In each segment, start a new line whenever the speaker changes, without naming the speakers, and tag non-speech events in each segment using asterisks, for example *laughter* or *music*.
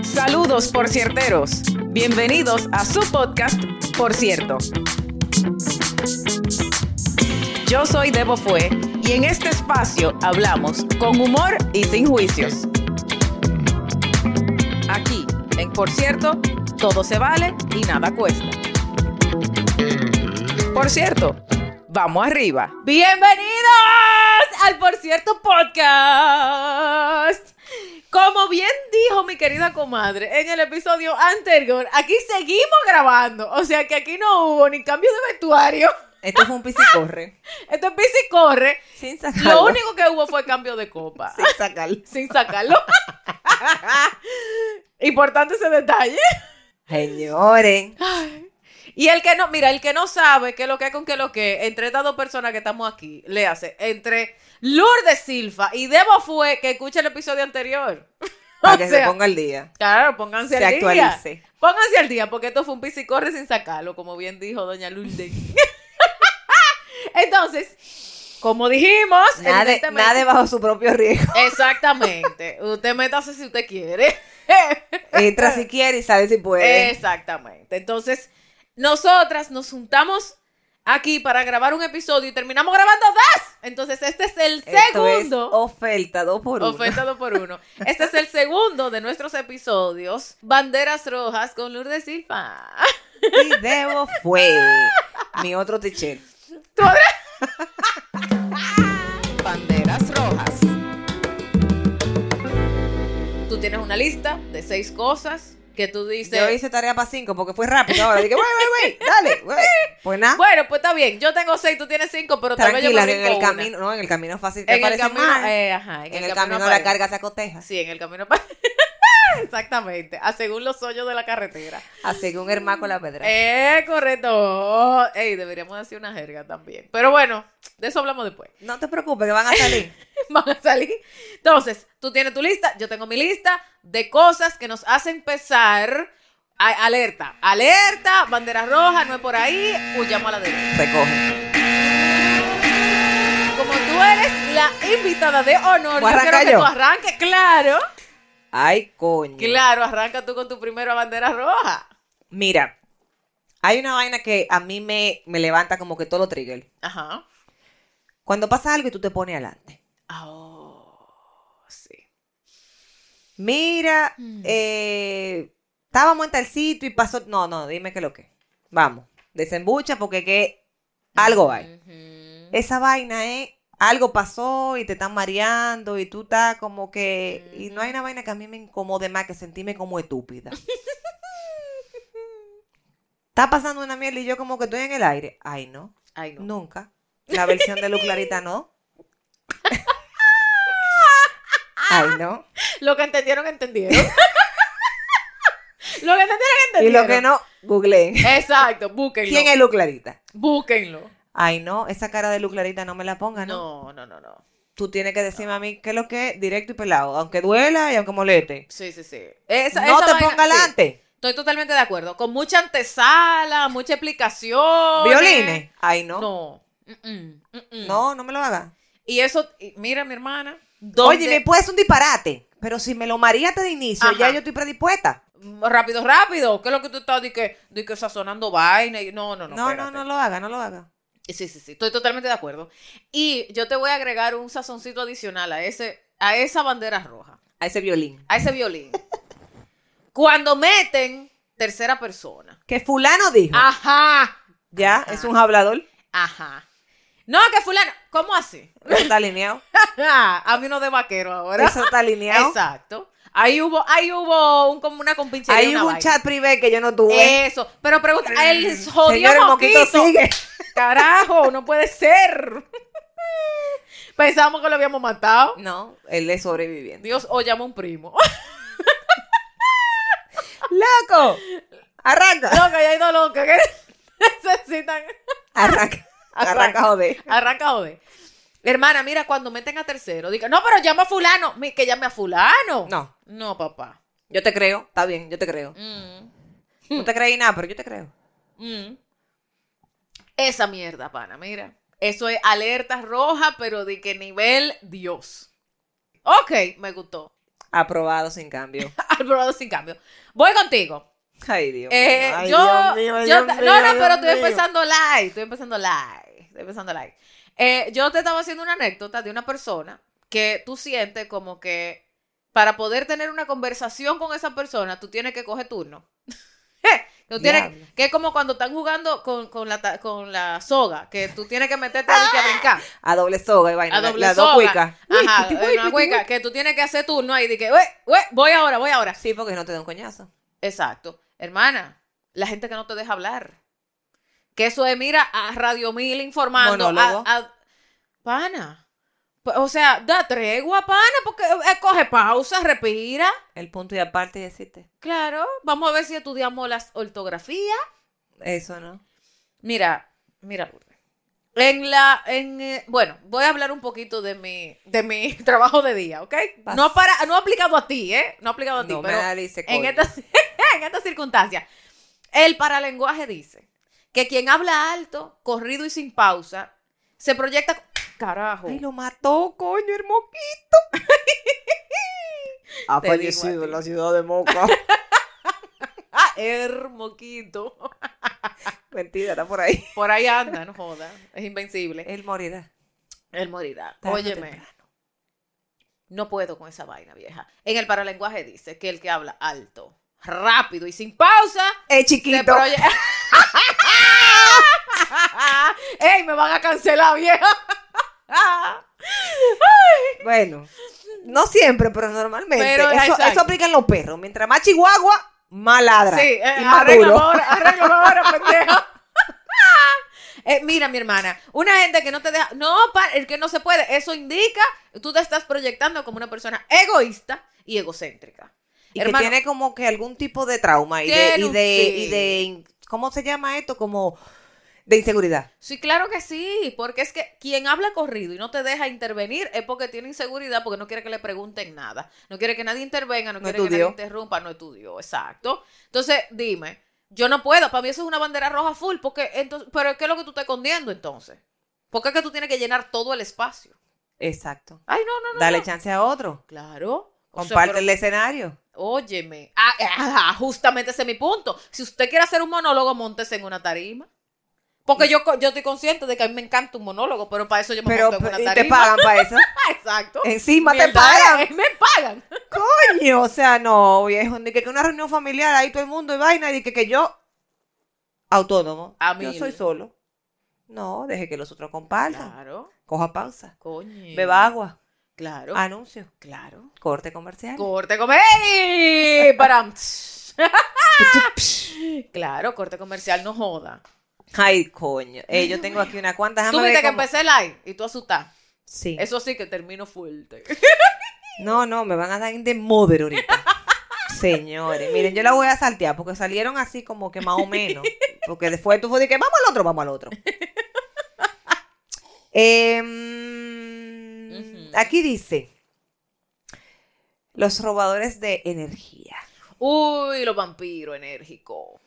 Saludos, por cierteros. Bienvenidos a su podcast, Por cierto. Yo soy Debo Fue y en este espacio hablamos con humor y sin juicios. Aquí, en Por cierto, todo se vale y nada cuesta. Por cierto, vamos arriba.
Bienvenidos al Por cierto podcast. Como bien dijo mi querida comadre en el episodio anterior, aquí seguimos grabando. O sea que aquí no hubo ni cambio de vestuario.
Esto fue un pisicorre.
Esto es pis y corre.
sin
Lo
sacarlo.
único que hubo fue cambio de copa.
*laughs* Sin sacarlo.
Sin sacarlo. *laughs* Importante ese detalle. *laughs*
Señores.
Y el que no, mira, el que no sabe qué es lo que es con qué es lo que es, entre estas dos personas que estamos aquí, le hace, entre Lourdes Silva y Debo Fue, que escucha el episodio anterior.
Para
*laughs* O
que se
sea,
ponga al día.
Claro, pónganse
Se
al
actualice.
día. Pónganse al día, porque esto fue un pis y corre sin sacarlo, como bien dijo Doña Lourdes. *laughs* Entonces, como dijimos,
Nadie,
evidentemente-
nadie bajo su
*laughs*
propio riesgo.
Exactamente. Usted métase si usted quiere.
Entra si quiere y sale si puede.
Eh, Exactamente. Entonces, nosotras nos juntamos aquí para grabar un episodio y terminamos grabando dos. Entonces, este es el
Esto es
segundo.
oferta, dos por uno.
Oferta dos por uno. Este es el segundo de nuestros episodios. Banderas rojas con Lourdes Silva.
Y debo fue
*laughs*
mi otro teacher. *laughs*
Banderas rojas. Tú tienes una lista de seis cosas que tú dices.
Yo hice tarea para cinco porque fue rápido. Ahora dije, wey, wey, wey, dale, wey. Pues nada,
Bueno, pues está bien. Yo tengo seis, tú tienes cinco, pero tal vez yo
tranquila,
me
que en el
brinco una.
camino, no, en el camino fácil. ¿Te
En el
parece
camino,
mal?
eh, ajá,
en, el, camino, la
aparece.
carga se acoteja.
Sí, en el camino pa- *laughs* Exactamente, a según los hoyos de la carretera.
A seguir un hermano con la pedra.
Eh, correcto. Oh, Ey, deberíamos hacer una jerga también. Pero bueno, de eso hablamos después.
No te preocupes que van a salir.
*laughs* Van a salir. Entonces, tú tienes tu lista, yo tengo mi lista de cosas que nos hacen pesar. A- alerta, alerta, bandera roja, no es por ahí, huyamos a la derecha.
Recoge.
Como tú eres la invitada de honor,
¿Voy a
yo quiero
arrancar
que
yo?
tú arranques, claro.
Ay, coño.
Claro, arranca tú con tu primera bandera roja.
Mira, hay una vaina que a mí me, me levanta como que todo lo trigger.
Ajá.
Cuando pasa algo y tú te pones adelante.
Oh, sí.
Mira,
Mm.
eh, estábamos en tal sitio y pasó. No, no, dime qué es lo que. Vamos, desembucha porque que
Mm.
algo hay.
Ujú.
Esa vaina es. Algo pasó y te están mareando y tú estás como que... Y no hay una vaina que a mí me incomode más que sentirme como estúpida. Está pasando una mierda y yo como que estoy en el aire. Ay, no.
Ay, no.
Nunca. La versión de Luz Clarita no. Ay, no.
Lo que entendieron,
*laughs*
entendieron. lo que entendieron, entendieron.
Y lo que no, googleen.
Exacto, búsquenlo.
¿Quién es Luz Clarita?
Búsquenlo.
Ay, no, esa cara de Luz Clarita no me la pongan, ¿no?
No, no, no, no.
Tú tienes que decirme a mí qué es lo que es, directo y pelado, aunque duela y aunque moleste.
Sí, sí, sí. Esa,
no
esa
te
vaina-
pongas
sí,
adelante.
estoy totalmente de acuerdo. Con mucha antesala, mucha explicación.
Violines. Ay, no. No,
No. Mm-mm, mm-mm.
no, me lo hagas.
Y eso, y mira, mi hermana.
Oye,
¿dónde-
me puedes un disparate, pero si me lo mareaste de inicio,
Ajá.
ya yo estoy predispuesta.
Rápido, rápido. ¿Qué es lo que tú estás de que, de que sazonando vaina? y- No, no, no.
No, no,
espérate.
no lo hagas, no lo hagas.
Sí, sí, sí, estoy totalmente de acuerdo. Y yo te voy a agregar un sazoncito adicional a ese, a esa bandera roja,
A ese violín.
a ese violín. *laughs* Cuando meten tercera persona.
Que fulano dijo.
Ajá,
Ya,
Ajá.
es un hablador.
ajá. No, que fulano, ¿cómo así? *laughs*
Eso está *laughs* alineado.
a mí no de vaquero ahora.
Eso está alineado.
Exacto. Ahí hubo, ahí hubo un, como una compinchería.
Hay
una
un
vaina.
chat privé que yo no tuve.
Eso, pero pregunta, el jodido
Señor, Eh, el moquito
moquito.
sigue.
*laughs* Carajo, no puede ser. *laughs* Pensábamos que lo habíamos matado.
No, él es sobreviviente.
Dios, o llama a un primo. *laughs*
¡Loco! Arranca.
Loca, ya hay dos locas que *laughs* necesitan.
Arranca. Arranca, joder.
Arranca, joder. Hermana, mira, cuando meten a tercero, diga, no, pero llama a fulano. Mi- Que llame a fulano.
No,
No, papá.
yo te creo. Está bien, yo te creo.
Mm,
No te creí nada, pero yo te creo.
mm. Esa mierda, pana, mira. Eso es alerta roja, pero de qué nivel Dios. Ok, me gustó. *laughs*
Aprobado sin cambio.
Aprobado sin cambio. Voy contigo.
*laughs* Ay, Dios
Eh,
mío. Ay,
yo,
Dios mío,
yo
Dios
te-
mío,
no, no,
Dios
pero estoy
mío.
empezando live, estoy empezando live, estoy empezando live. Eh, yo te estaba haciendo una anécdota de una persona que tú sientes como que para poder tener una conversación con esa persona, tú tienes que coger turno. *laughs* Tú tienes-
Diablo.
que es como cuando están jugando con, con la, ta- con la soga, que tú tienes que meterte a, a brincar.
*laughs* A doble soga y vaina.
A doble
las
soga.
dos cuicas.
Ajá,
*laughs* Uy, uy,
en una
uy,
hueca,
uy.
que tú tienes que hacer turno ahí, de que, "Ué, ué, voy ahora, voy ahora.
Sí, porque no te da un coñazo.
Exacto. Hermana, la gente que no te deja hablar. Que eso es, mira, a Radio Mil informando.
Monólogo.
a- a- pana. P- O sea, da tregua, pana, porque eh, coge pausa, respira.
El punto y aparte y decirte.
Claro, vamos a ver si estudiamos la ortografía.
Eso no.
Mira, mira, Lourdes. En la, en, eh, bueno, voy a hablar un poquito de mi, de mi *laughs* trabajo de día, ¿ok?
Vas.
No para, no aplicado a ti, ¿eh? No aplicado a ti,
No me
pero
analice,
en
coño.
estas *laughs* en estas circunstancias. El paralenguaje dice que quien habla alto, corrido y sin pausa, se proyecta. Carajo.
Ay, lo mató, coño, el moquito.
*laughs*
ha
Te digo a ti.
ciudad de
*laughs*
Moca.
Ah, hermoquito.
Mentira, está por ahí.
Por ahí anda, no joda. Es invencible.
Él morirá.
Él morirá.
Eh, tarde o
Óyeme,
temprano.
no puedo con esa vaina, vieja. En el paralenguaje dice que el que habla alto, rápido y sin pausa,
Es
se
chiquito. *laughs*
proyecta. *laughs* ¡Ey, me van a cancelar, vieja! *laughs*
Bueno, no siempre, pero normalmente.
Pero,
eso,
exacto.
eso aplica en los perros. Mientras más chihuahua, más ladra.
Sí, eh,
y más
arréglame
duro.
ahora, arréglame
*laughs*
ahora, pendejo. Eh, mira, mi hermana, una gente que no te deja, no, pa- el que no se puede, eso indica, tú te estás proyectando como una persona egoísta y egocéntrica.
Y
Hermano,
que tiene como que algún tipo de trauma y de,
Tiene
y
un-
de,
sí.
y de in- ¿cómo se llama esto? Como de inseguridad.
Sí, claro que sí, porque es que quien habla corrido y no te deja intervenir es porque tiene inseguridad, porque no quiere que le pregunten nada, no quiere que nadie intervenga, no,
No
quiere
estudió.
que nadie interrumpa, no estudió, exacto. Entonces, dime, yo no puedo, para mí eso es una bandera roja full, porque entonces, pero ¿qué es lo que tú estás escondiendo entonces? Porque es que tú tienes que llenar todo el espacio.
Exacto.
Ay, no, no, no.
Dale chance a otro.
Claro. O sea,
Comparte
pero-
el escenario.
Óyeme, Ah, eh, ajá, justamente ese es mi punto. Si usted quiere hacer un monólogo, montese en una tarima. Porque yo, co- yo estoy consciente de que a mí me encanta un monólogo, pero para eso yo me
Pero
monto en
y
una
te
tarima.
pagan
*laughs*
para eso.
Exacto.
Encima te
Mierda,
pagan.
eh, *laughs* Me pagan.
*laughs* Coño, o sea, no, viejo. Ni que, que una reunión familiar, ahí todo el mundo y vaina. Y que, que yo, autónomo.
A
yo
mil.
soy solo. No, deje que los otros compartan.
Claro,
Coja pausa.
coño.
Beba Ah. agua.
Claro,
Anuncio.
claro.
Corte comercial.
Corte comercial. *laughs*
*laughs*
Param. claro, corte comercial, no joda.
Ay, coño. Eh, yo tengo aquí una
*laughs*
cuanta.
Tú
déjame ver
viste que
cómo-
empecé live y tú asustás.
Sí.
Eso sí que termino fuerte. *laughs*
No, no, me van a dar de mover ahorita. Señores, miren, yo la voy a saltear porque salieron así como que más o menos. Porque después tú fue de que vamos al otro, vamos al otro. Em,
Ujú.
Aquí dice: Los robadores de energía.
Uy, los vampiros enérgicos.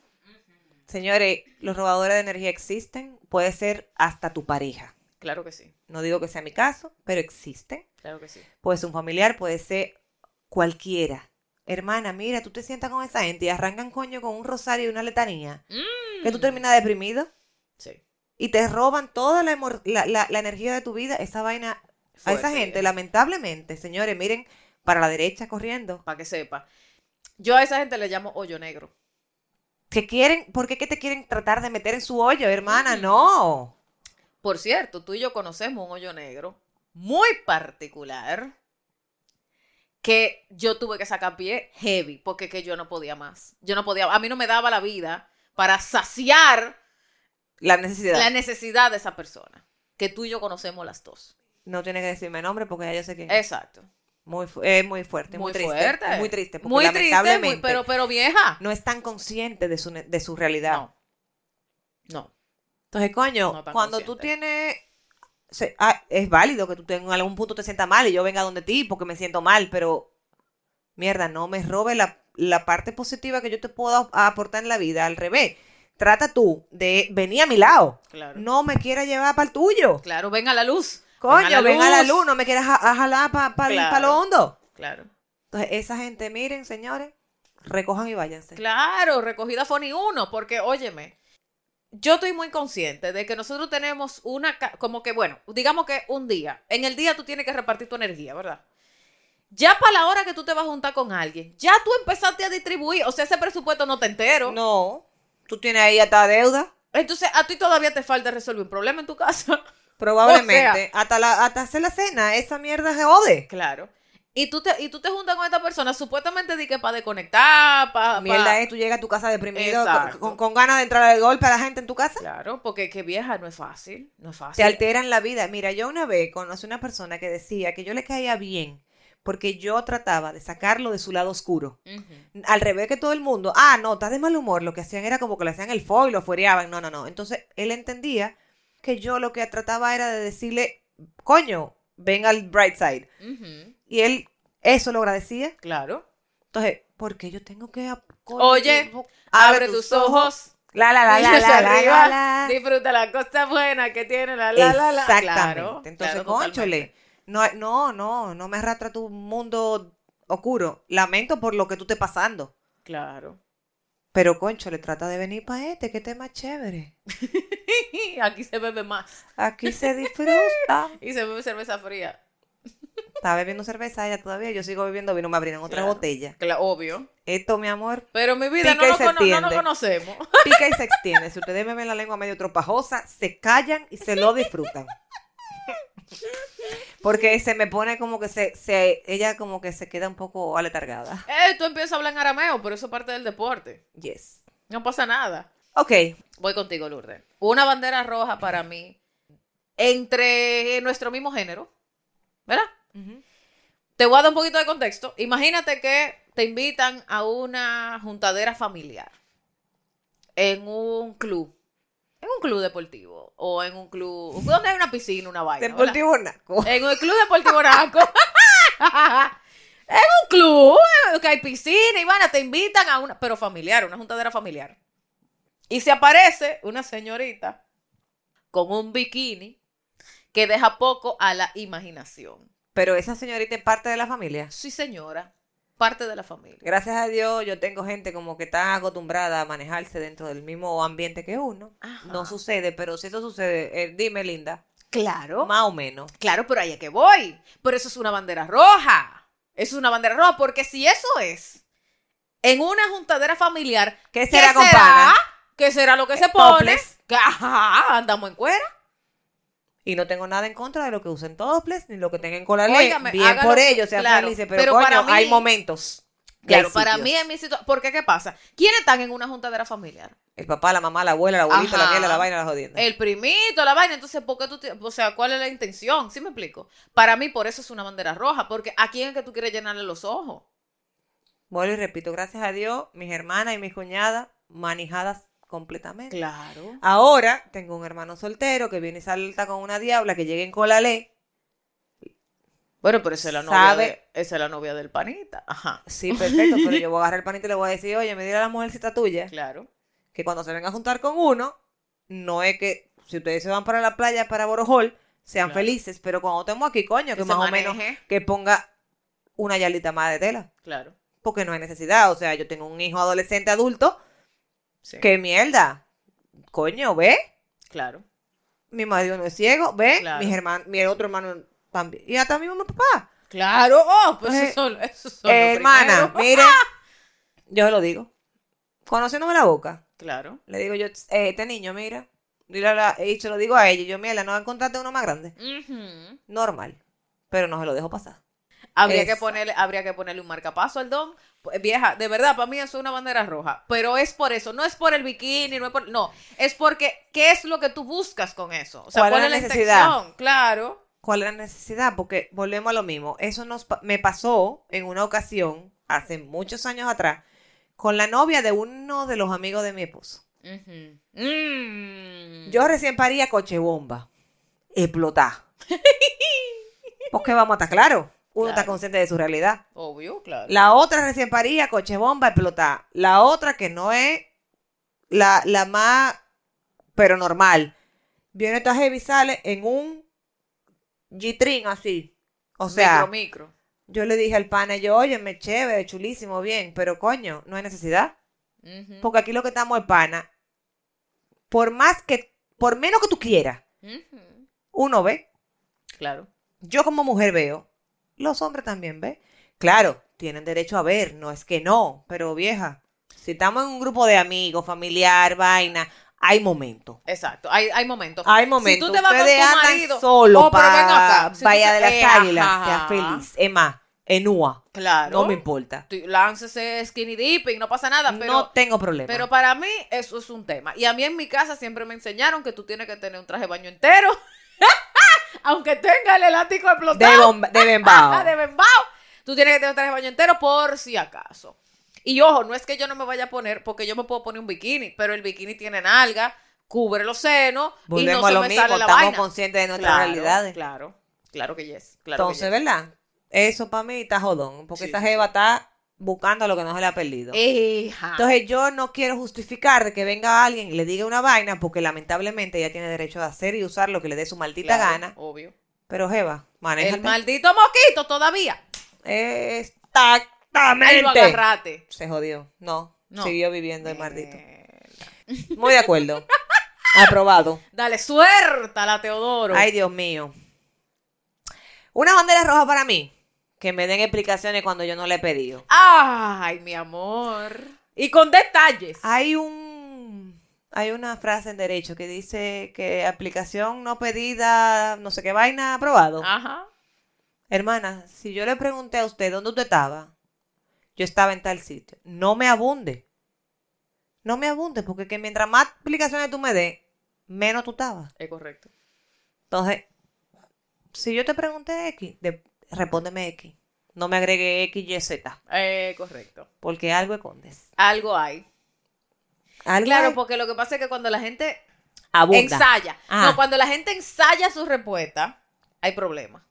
Señores, los robadores de energía existen. Puede ser hasta tu pareja.
Claro que sí,
No digo que sea mi caso, pero existen.
claro que sí.
Puede ser pues, un familiar, puede ser cualquiera. Hermana, mira, tú te sientas con esa gente y arrancan coño con un rosario y una letanía. Que
Mm.
tú terminas deprimido
Sí.
y te roban toda la, emor- la- la- la energía de tu vida. Esa vaina. a esa
Fuerte,
gente,
eh.
lamentablemente, señores, miren, para la derecha corriendo.
Para que sepa. Yo a esa gente le llamo hoyo negro.
Que quieren, ¿por qué que te quieren tratar de meter en su hoyo,
Mm.
hermana? No.
Por cierto, tú y yo conocemos un hoyo negro muy particular que yo tuve que sacar pie heavy porque que yo no podía más. Yo no podía, a mí no me daba la vida para saciar
La necesidad.
la necesidad de esa persona, que tú y yo conocemos las dos.
No tiene que decirme nombre porque ya yo sé que es
Exacto.
muy, fu- es muy fuerte, muy,
Muy,
triste.
fuerte.
Muy triste, porque
muy triste,
lamentablemente
muy- pero, pero vieja.
no están conscientes de su, ne- de su realidad.
No. No.
Entonces, coño,
No tan
cuando tú tienes... se- ah, es válido que tú en algún punto te sientas mal y yo venga donde ti porque me siento mal, pero mierda, no me robe la, la parte positiva que yo te puedo a- aportar en la vida. Al revés, trata tú de venir a mi lado.
Claro.
No me quieras llevar para el tuyo.
Claro, ven a la luz.
Coño, ven a la
luz.
luz, no me quieras ja- a jalar para
Claro.
lo hondo.
Claro.
Entonces, esa gente, miren, señores, recojan y váyanse.
Claro, recogida Foni 1, porque óyeme, yo estoy muy consciente de que nosotros tenemos una, ca- como que, bueno, digamos que un día, en el día tú tienes que repartir tu energía, ¿verdad? Ya para la hora que tú te vas a juntar con alguien, ya tú empezaste a distribuir, o sea, ese presupuesto no te entero.
No, tú tienes ahí hasta deuda.
Entonces, a ti todavía te falta resolver un problema en tu casa. *laughs*
Probablemente.
O sea-
hasta, la, hasta hacer la cena, esa mierda se jode.
Claro. Y tú te, y tú te juntas con esta persona, supuestamente di que para desconectar, para...
Mierda es, tú llegas a tu casa deprimido,
Exacto.
con, con- con ganas de entrar al golpe a la gente en tu casa.
Claro, porque que vieja no es fácil, no es
Te
fácil.
alteran la vida. Mira, yo una vez conocí una persona que decía que yo le caía bien porque yo trataba de sacarlo de su lado oscuro.
Ujú.
Al revés que todo el mundo, ah, no, estás de mal humor. Lo que hacían era como que le hacían el foil, lo fuereaban. No, no, no. Entonces él entendía que yo lo que trataba era de decirle, coño, ven al bright side.
Ujú,
Y él eso lo agradecía.
Claro.
Entonces, ¿por qué yo tengo que... ap-
Oye,
coño,
Abre, tus ojos.
La, la,
*laughs*
la, la,
mira
la,
hacia
la,
arriba,
la, la.
Disfruta la cosa buena que tiene la la la la.
Exactamente.
Claro,
Entonces,
claro, totalmente.
cónchole, no, no, no, no me arrastra a tu mundo oscuro. Lamento por lo que tú estés pasando.
Claro. *laughs*
Pero, conchole, trata de venir para este, que tema chévere.
Aquí se bebe más.
Aquí
*laughs*
se disfruta.
Y se bebe cerveza fría.
Está bebiendo cerveza ella todavía, yo sigo bebiendo vino, me abrieron otra
Claro.
botella.
Cla- obvio.
Esto, mi amor,
Pero mi vida
Pica
no
y
nos,
se
cono- no nos
tiende.
conocemos. *laughs*
pica y se extiende. Si ustedes me ven la lengua medio tropajosa, se callan y se lo disfrutan. Porque se me pone como que se, se ella como que se queda un poco aletargada.
Eh, tú empiezas a hablar en arameo, pero eso es parte del deporte.
Yes.
No pasa nada.
Ok,
Voy contigo, Lourdes. Una bandera roja para mí entre nuestro mismo género. ¿Verdad? Te voy a dar un poquito de contexto. Imagínate que te invitan a una juntadera familiar en un club, en un club deportivo o en un club donde hay una piscina, una vaina. ¿verdad?
Deportivo Naco.
En el club deportivo Naco. *laughs* en un club eh, que hay piscina y vaina, te invitan a una, pero familiar, una juntadera familiar. Y se aparece una señorita con un bikini que deja poco a la imaginación.
Pero esa señorita es parte de la familia.
Sí, señora. Parte de la familia.
Gracias a Dios, yo tengo gente como que está acostumbrada a manejarse dentro del mismo ambiente que uno.
Ajá.
No sucede, pero si eso sucede, eh, dime, linda,
Claro.
más o menos.
Claro, pero ahí es que voy. Pero eso es una bandera roja. Eso es una bandera roja. Porque si eso es en una juntadera familiar,
¿Qué será, compadre?
¿Qué será lo que se
Eh,
pone?
topless.
Que, Ajá, andamos en cuera.
Y no tengo nada en contra de lo que usen toples ni lo que tengan con la ley.
Óigame,
Bien
hágalo,
por ellos, sean
claro,
felices, pero,
pero
coño,
para mí-
hay momentos. que
Claro,
hay
para
sitios.
mí es mi situación. ¿Por qué qué pasa? ¿Quiénes están en una juntadera familiar?
El papá, la mamá, la abuela, la abuelita, la
Ajá.
abuela, la vaina, la jodienda.
El primito, la vaina. Entonces, ¿por qué tú te- O sea, ¿cuál es la intención? ¿Sí me explico? Para mí, por eso es una bandera roja. Porque ¿a quién es que tú quieres llenarle los ojos?
Vuelvo y repito, gracias a Dios, mis hermanas y mis cuñadas manejadas completamente.
Claro.
Ahora tengo un hermano soltero que viene y salta con una diabla que lleguen con la ley.
Bueno, pero esa es la novia,
Sabe.
de- esa es la novia del panita. Ajá.
Sí, perfecto, pero yo voy a agarrar el panito y le voy a decir, oye, me dirá la mujercita tuya
Claro.
que cuando se venga a juntar con uno, no es que si ustedes se van para la playa, para Borojol, sean
Claro.
felices, pero cuando estemos aquí, coño,
Que
que,
se
más o menos
maneje.
que ponga una yarlita más de tela,
Claro.
porque no hay necesidad, o sea, yo tengo un hijo adolescente adulto,
Sí.
que mierda, coño, ve,
Claro.
mi marido no es ciego, ve,
Claro.
mis hermanos, mi otro hermano también, y hasta mi mamá, papá,
Claro. Oh, pues
Entonces,
eso son, eso son lo
eh,
primero.
hermana,
*laughs*
mire, yo se lo digo, conociéndome la boca,
Claro.
Le digo yo, "Eh, este niño, mira. dile a la- y se lo digo a ella. y Yo, mira, no encontraste uno más grande.
Ujú.
Normal. Pero no se lo dejo pasar.
Habría que
Exacto.
ponerle, habría que ponerle un marcapaso al don. Pues, Vieja, de verdad, para mí eso es una bandera roja. Pero es por eso, no es por el bikini, no es por. No, es porque, ¿qué es lo que tú buscas con eso? O sea,
¿Cuál es la
es la
necesidad?
intención? Claro.
¿Cuál es la necesidad? Porque volvemos a lo mismo. Eso nos pa- me pasó en una ocasión, hace muchos años atrás, con la novia de uno de los amigos de mi esposo.
Ujú. Mm.
Yo recién paría coche bomba.
*laughs*
Explotá. Porque vamos a estar claros. Uno está
Claro.
consciente de su realidad.
Obvio, claro.
La otra recién parida, coche bomba, explotar. La otra que no es la, la más, pero normal. Viene esta heavy, sale en un G-Tring así. O sea,
micro, micro.
Yo le dije al pana, yo, oye, me chévere, chulísimo, bien, pero coño, no hay necesidad.
Ujú.
Porque aquí lo que estamos es pana. Por más que, por menos que tú quieras,
Ujú.
uno ve.
Claro.
Yo como mujer veo. Los hombres también ven. Claro, tienen derecho a ver, no es que no, pero vieja, si estamos en un grupo de amigos, familiar, vaina, hay momentos.
Exacto. Hay, hay momentos.
Hay momentos.
Si tú te vas con
Ustedes
tu
andan
marido.
solo
Oh, pero ven
para
acá. Si tú
Bahía
te-
de las
eh,
Águilas,
ajá.
sea feliz. Es más, en UA,
Claro.
no me importa.
Tú Lánzese skinny dipping, no pasa nada. Pero,
no tengo problema.
pero para mí eso es un tema. Y a mí en mi casa siempre me enseñaron que tú tienes que tener un traje de baño entero. *laughs* Aunque tenga el elástico
de,
explotado. *laughs*
bomba, de
Ah,
bembao.
de bembao. Tú tienes que tener un traje de baño entero por si acaso. Y ojo, no es que yo no me vaya a poner, porque yo me puedo poner un bikini, pero el bikini tiene nalga, cubre los senos y
Volvemos
no
a
se
lo
me
mismo,
sale la
estamos
vaina.
conscientes de nuestras realidades.
Claro, claro que yes. Claro
Entonces,
que yes.
¿verdad? Eso para mí está jodón, porque
Sí,
esa
sí,
jeva está buscando lo que no se le ha perdido.
Ejá.
Entonces yo no quiero justificar de que venga alguien y le diga una vaina, porque lamentablemente ella tiene derecho de hacer y usar lo que le dé su maldita
Claro,
gana.
Obvio.
Pero Jeva, manéjate.
El maldito moquito todavía. Ahí lo
Exactamente.
agarrate.
Se jodió. No,
No.
siguió viviendo el maldito.
Eh,
Muy
*laughs*
de acuerdo. Aprobado.
dale, suéltala, Teodoro.
Ay, Dios mío. Una bandera roja para mí. Que me den explicaciones cuando yo no le he pedido.
Ay, mi amor. Y con detalles.
Hay un. Hay una frase en derecho que dice que aplicación no pedida, no sé qué vaina, aprobado.
Ajá.
Hermana, si yo le pregunté a usted dónde usted estaba, yo estaba en tal sitio. No me abunde. No me abunde, porque que mientras más explicaciones tú me des, menos tú estabas.
Es correcto.
Entonces, si yo te pregunté X, de- respóndeme X. No me agregue X, Y, Z,
Eh, correcto.
porque algo escondes.
Algo hay.
Algo
Claro,
hay-
porque lo que pasa es que cuando la gente
abunda.
ensaya,
Ah.
no, cuando la gente ensaya su respuesta, hay problemas.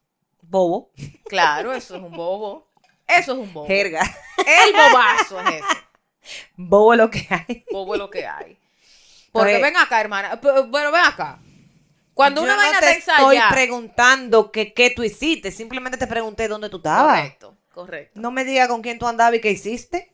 Bobo.
Claro, eso es un bobo. Eso es un bobo.
Jerga. *laughs*
El bobazo es ese.
Bobo lo que hay.
Bobo es lo que Pues
*laughs*
hay. Porque
Oye.
ven acá, hermana. Pero pero ven acá. Cuando una
Pues Yo no
vaina
te
está
estoy
ensayada.
preguntando que qué tú hiciste, simplemente te pregunté dónde tú estabas.
Correcto, correcto.
No me digas con quién tú andabas y qué hiciste.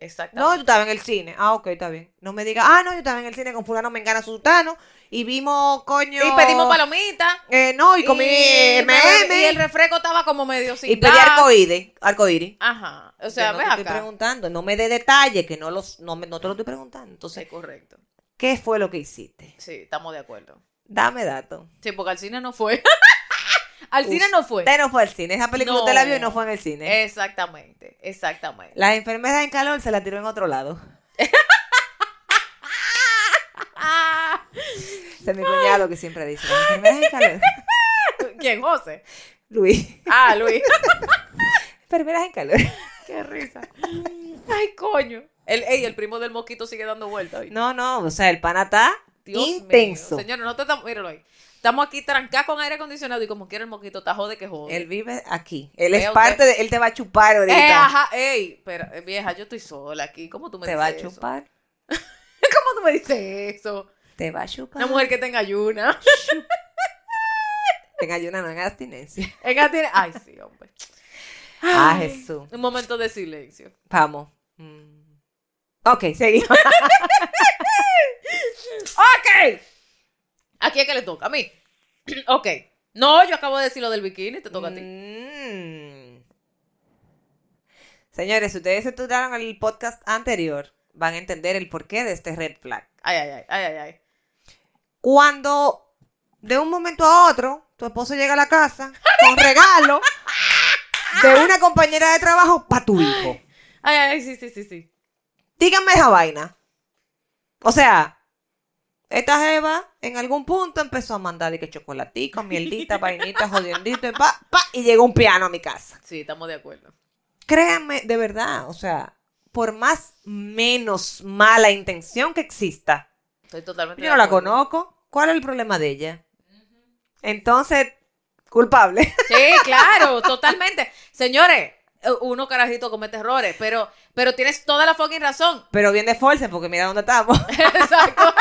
No,
Exactamente.
yo estaba en el cine. Ah, ok, está bien. No me digas, ah, no, yo estaba en el cine con fulano, mengana, sultano. Y vimos, coño...
Y pedimos palomitas.
Eh, no, y comí M&M.
Y el refresco estaba como medio sin
Y pedí
gas.
arcoíris. Arcoíris.
Ajá. O
Yo
sea,
no
ves
te estoy
acá.
preguntando. No me dé detalles que no, los, no, me- no te lo estoy preguntando. Entonces,
Sí, correcto.
¿qué fue lo que hiciste?
Sí, estamos de acuerdo.
Dame datos.
Sí, porque al cine no fue. *laughs* al cine no fue.
Usted ¿eh? no fue al cine. Esa película
No.
usted la vio y no fue en el cine.
Exactamente, exactamente.
Las enfermeras en calor se la tiró en otro lado.
Ah, *laughs*
Se me cuñada lo que siempre dice. Las enfermeras en calor. *laughs*
¿Quién, José?
Luis.
Ah, Luis.
Enfermeras en calor.
Qué risa. *laughs* Ay, coño. El, ey, el primo del mosquito sigue dando vueltas.
No, no, o sea, el pana está intenso.
Señor, no te estamos. Míralo ahí. Estamos aquí trancados con aire acondicionado y como quiera el mosquito está jode que jode. Eh,
Él vive aquí. Él
Vea
es
usted.
parte de. Él te va a chupar
Eh,
ahorita.
ajá, ey, pero eh, vieja, yo estoy sola aquí. ¿Cómo tú me
te
dices
va a
eso?
chupar.
¿Cómo tú me dices eso?
Te va a chupar.
Una mujer que tenga ayuna. *laughs*
Tenga yo una nueva abstinencia.
Ella tiene- Ay, sí, hombre.
Ah,
Ay,
Jesús.
Un momento de silencio.
Vamos. Mm. Ok, seguimos.
¡Ok! ¿A quién que le toca? A mí. *clears throat* ok. No, yo acabo de decir lo del bikini, te toca a ti.
Mm. Señores, si ustedes estudiaron el podcast anterior, van a entender el porqué de este red flag.
Ay, ay, ay, ay, ay, ay.
Cuando de un momento a otro tu esposo llega a la casa con regalo de una compañera de trabajo para tu hijo.
Ay, ay, sí, sí, sí, sí.
Díganme esa vaina. O sea, esta jeva en algún punto empezó a mandar de que chocolatico, mieldita, vainita, jodiendito, y pa, pa, y llegó un piano a mi casa.
Sí, estamos de acuerdo.
créanme, de verdad, o sea, por más menos mala intención que exista,
Estoy totalmente
yo
de
no la
acuerdo.
conozco, ¿cuál es el problema de ella? Entonces, culpable.
Sí, claro, totalmente. Señores, eh, uno carajito comete errores, pero, pero tienes toda la fucking razón.
*laughs*
*laughs*
Pero bien de force, porque mira dónde estamos.
Exacto.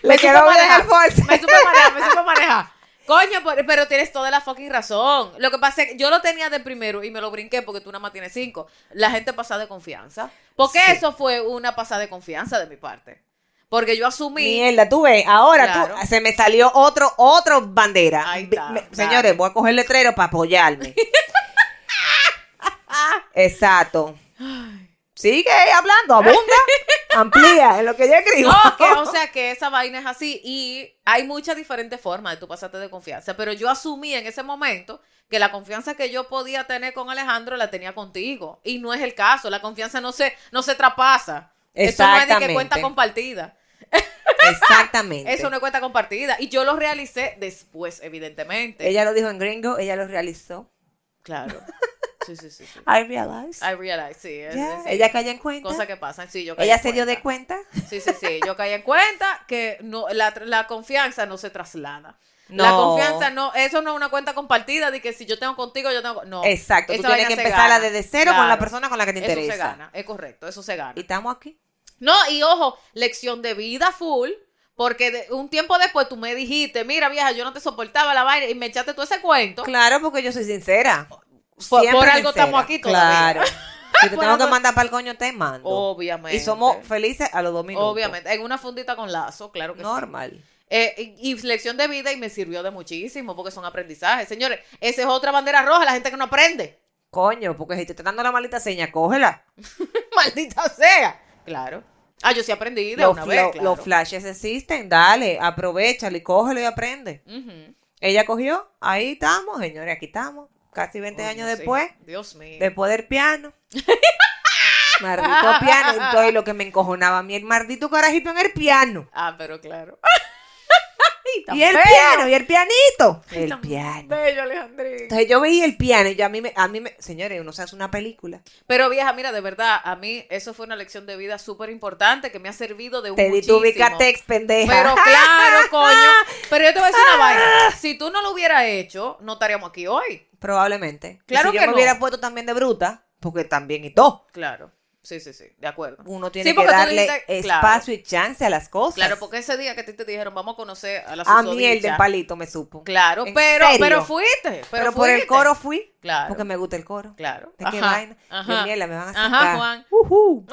*laughs*
Le
supe
quiero bien
manejar.
al force.
Me supe manejar, me supe manejar. Coño, por- pero tienes toda la fucking razón. Lo que pasa es que yo lo tenía de primero y me lo brinqué porque tú nada más tienes cinco. La gente pasa de confianza. Porque
Sí.
eso fue una pasada de confianza de mi parte. Porque yo asumí.
Mierda, tú ves, ahora
Claro.
tú, se me salió otro, otro bandera.
Ahí está,
Me-
dale.
señores, voy a coger letrero para
*laughs*
apoyarme. Exacto. Sigue
*laughs*
hablando, abunda, amplía en lo que yo escribo.
No, que, o sea que esa vaina es así y hay muchas diferentes formas de tú pasarte de confianza, pero yo asumí en ese momento que la confianza que yo podía tener con Alejandro la tenía contigo y no es el caso, la confianza no se no se traspasa. Eso no es de que
Exactamente.
cuenta *laughs* compartida.
Exactamente.
Eso no es cuenta compartida y yo lo realicé después, evidentemente.
Ella lo dijo en gringo, ella lo realizó. *laughs*
Claro. Sí, sí, sí. sí.
I realized.
I realize, sí. es-
Ya,
es-
Ella cayó en cuenta.
Cosas que pasan, sí, yo caí
ella
en
se dio de cuenta.
Sí, sí, sí. Yo caí en cuenta que no, la, la confianza no se traslada.
No.
La confianza no, eso no es una cuenta compartida de que si yo tengo contigo, yo tengo. No.
Exacto. Tú
Esa
tienes
vaina
que
se
empezarla
gana.
desde cero con la
Claro.
persona con la que te interesa.
Eso se gana, es correcto, eso se gana.
Y estamos aquí.
No, y ojo, lección de vida full, porque de- un tiempo después tú me dijiste, mira vieja, yo no te soportaba la vaina y me echaste todo ese cuento.
Claro, porque yo soy sincera.
Por,
Siempre
por algo
sincera.
estamos aquí todavía. *laughs*
Claro. Si te
Por
tengo que
algo-
mandar para el coño, te mando.
Obviamente.
Y somos felices a los dos minutos.
Obviamente, en una fundita con lazo, claro que sí.
Normal.
Eh, y, y lección de vida y me sirvió de muchísimo porque son aprendizajes. Señores, esa es otra bandera roja, la gente que no aprende.
Coño, porque si te están dando la maldita seña, cógela.
*laughs* Maldita sea. Claro. Ah, yo sí aprendí de
Los,
una
fl-
vez.
los-
claro.
los flashes existen, dale, aprovechalo y cógelo y aprende.
Ujú.
Ella cogió, ahí estamos, señores, aquí estamos. Casi 20
Coño,
años
sí.
después,
Dios mío.
después
*laughs*
del piano. maldito piano. Entonces, lo que me encojonaba a mí, el maldito carajito en el piano.
Ah, pero claro. *laughs* Ay, tan
Y el
bello.
piano, y el pianito.
Ay,
El
tan
piano.
Bello, Alejandrín.
Entonces yo veía el piano y yo a mí me, a mí me, señores, uno se hace una película.
Pero vieja, mira, de verdad, a mí eso fue una lección de vida súper importante que me ha servido de un
Te di tu Vicatex, pendeja. *laughs*
Pero claro, coño. Pero yo te voy a decir una vaina. Si tú no lo hubieras hecho, no estaríamos aquí hoy.
Probablemente.
Claro
Y
que
si yo me
no.
hubiera puesto también de bruta, porque también y todo.
Claro. Sí, sí, sí. De acuerdo.
Uno tiene
Sí,
que
porque tú
darle
dijiste- claro.
espacio y chance a las cosas.
Claro, porque ese día que a ti te dijeron, vamos a conocer a la
A
susodicha.
mí el Ah, del palito me supo.
Claro,
¿En
pero,
serio?
pero fuiste. Pero,
Pero, por el
fuiste.
coro fui,
Claro.
porque me gusta el coro.
Claro.
¿De qué
Ajá,
vaina?
ajá.
De mierda, me van a
Ajá,
sacar.
Juan. *laughs*
Ujú.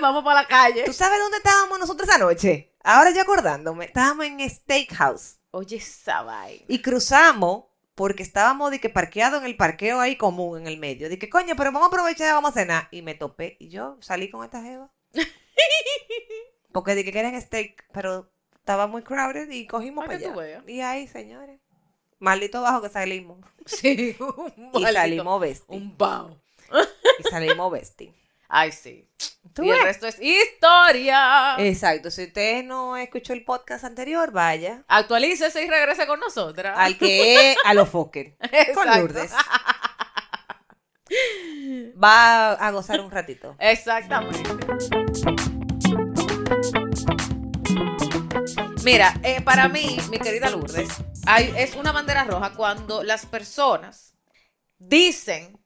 Vamos para la calle.
Ah, ¿Tú sabes dónde estábamos nosotros anoche? Ahora ya acordándome, estábamos en Steakhouse.
*laughs* Oye, esa vaina.
*laughs* Y cruzamos porque estábamos de que parqueado en el parqueo ahí común en el medio. De que coño, pero vamos a aprovechar, vamos a cenar. Y me topé. Y yo salí con
*laughs*
esta jeva. Porque de que querían steak, pero estaba muy crowded y cogimos
Para Ah,
para
que tú
allá.
veas.
Y ahí, señores. Maldito bajo que salimos.
Sí, un
Y
maldito-
salimos bestia.
Un bao.
Y
*laughs*
salimos bestia.
Ay, sí.
¿Tú
y el
ves? Eh.
resto es historia.
Exacto. Si usted no escuchó el podcast anterior, vaya.
Actualícese y regrese con nosotras.
Al que *laughs* es, a los Fokker. Con
*laughs* Exacto.
Lourdes. Va a gozar un ratito.
Exactamente. Mira, eh, para mí, mi querida Lourdes, hay- es una bandera roja cuando las personas dicen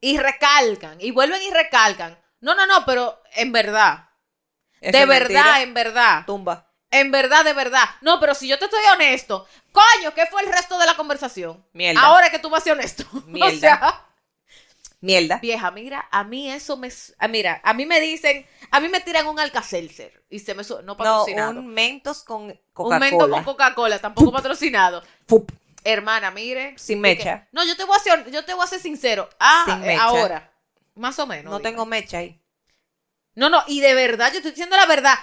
y recalcan, y vuelven y recalcan, no, no, no, pero en verdad,
Eso
de
es
verdad,
mentira.
en verdad,
Tumba.
en verdad, de verdad, no, pero si yo te estoy honesto, coño, ¿qué fue el resto de la conversación?
Mierda.
Ahora que tú vas a ser honesto. *laughs*
Mierda.
O sea,
Mierda.
Vieja, mira, a mí eso me. s- ah, Mira, a mí me dicen. A mí me tiran un Alka-Seltzer y se me. su- No
No,
patrocinado.
un Mentos con
un mento con
Coca-Cola.
Coca-Cola, tampoco patrocinado.
Fup.
Hermana, mire.
Sin
de
mecha.
que- no, yo te voy a ser, yo te voy a ser sincero. Ah,
Sin
eh,
mecha.
ahora. Más o menos.
No
dime.
tengo mecha ahí.
No, no, y de verdad, yo estoy diciendo la verdad.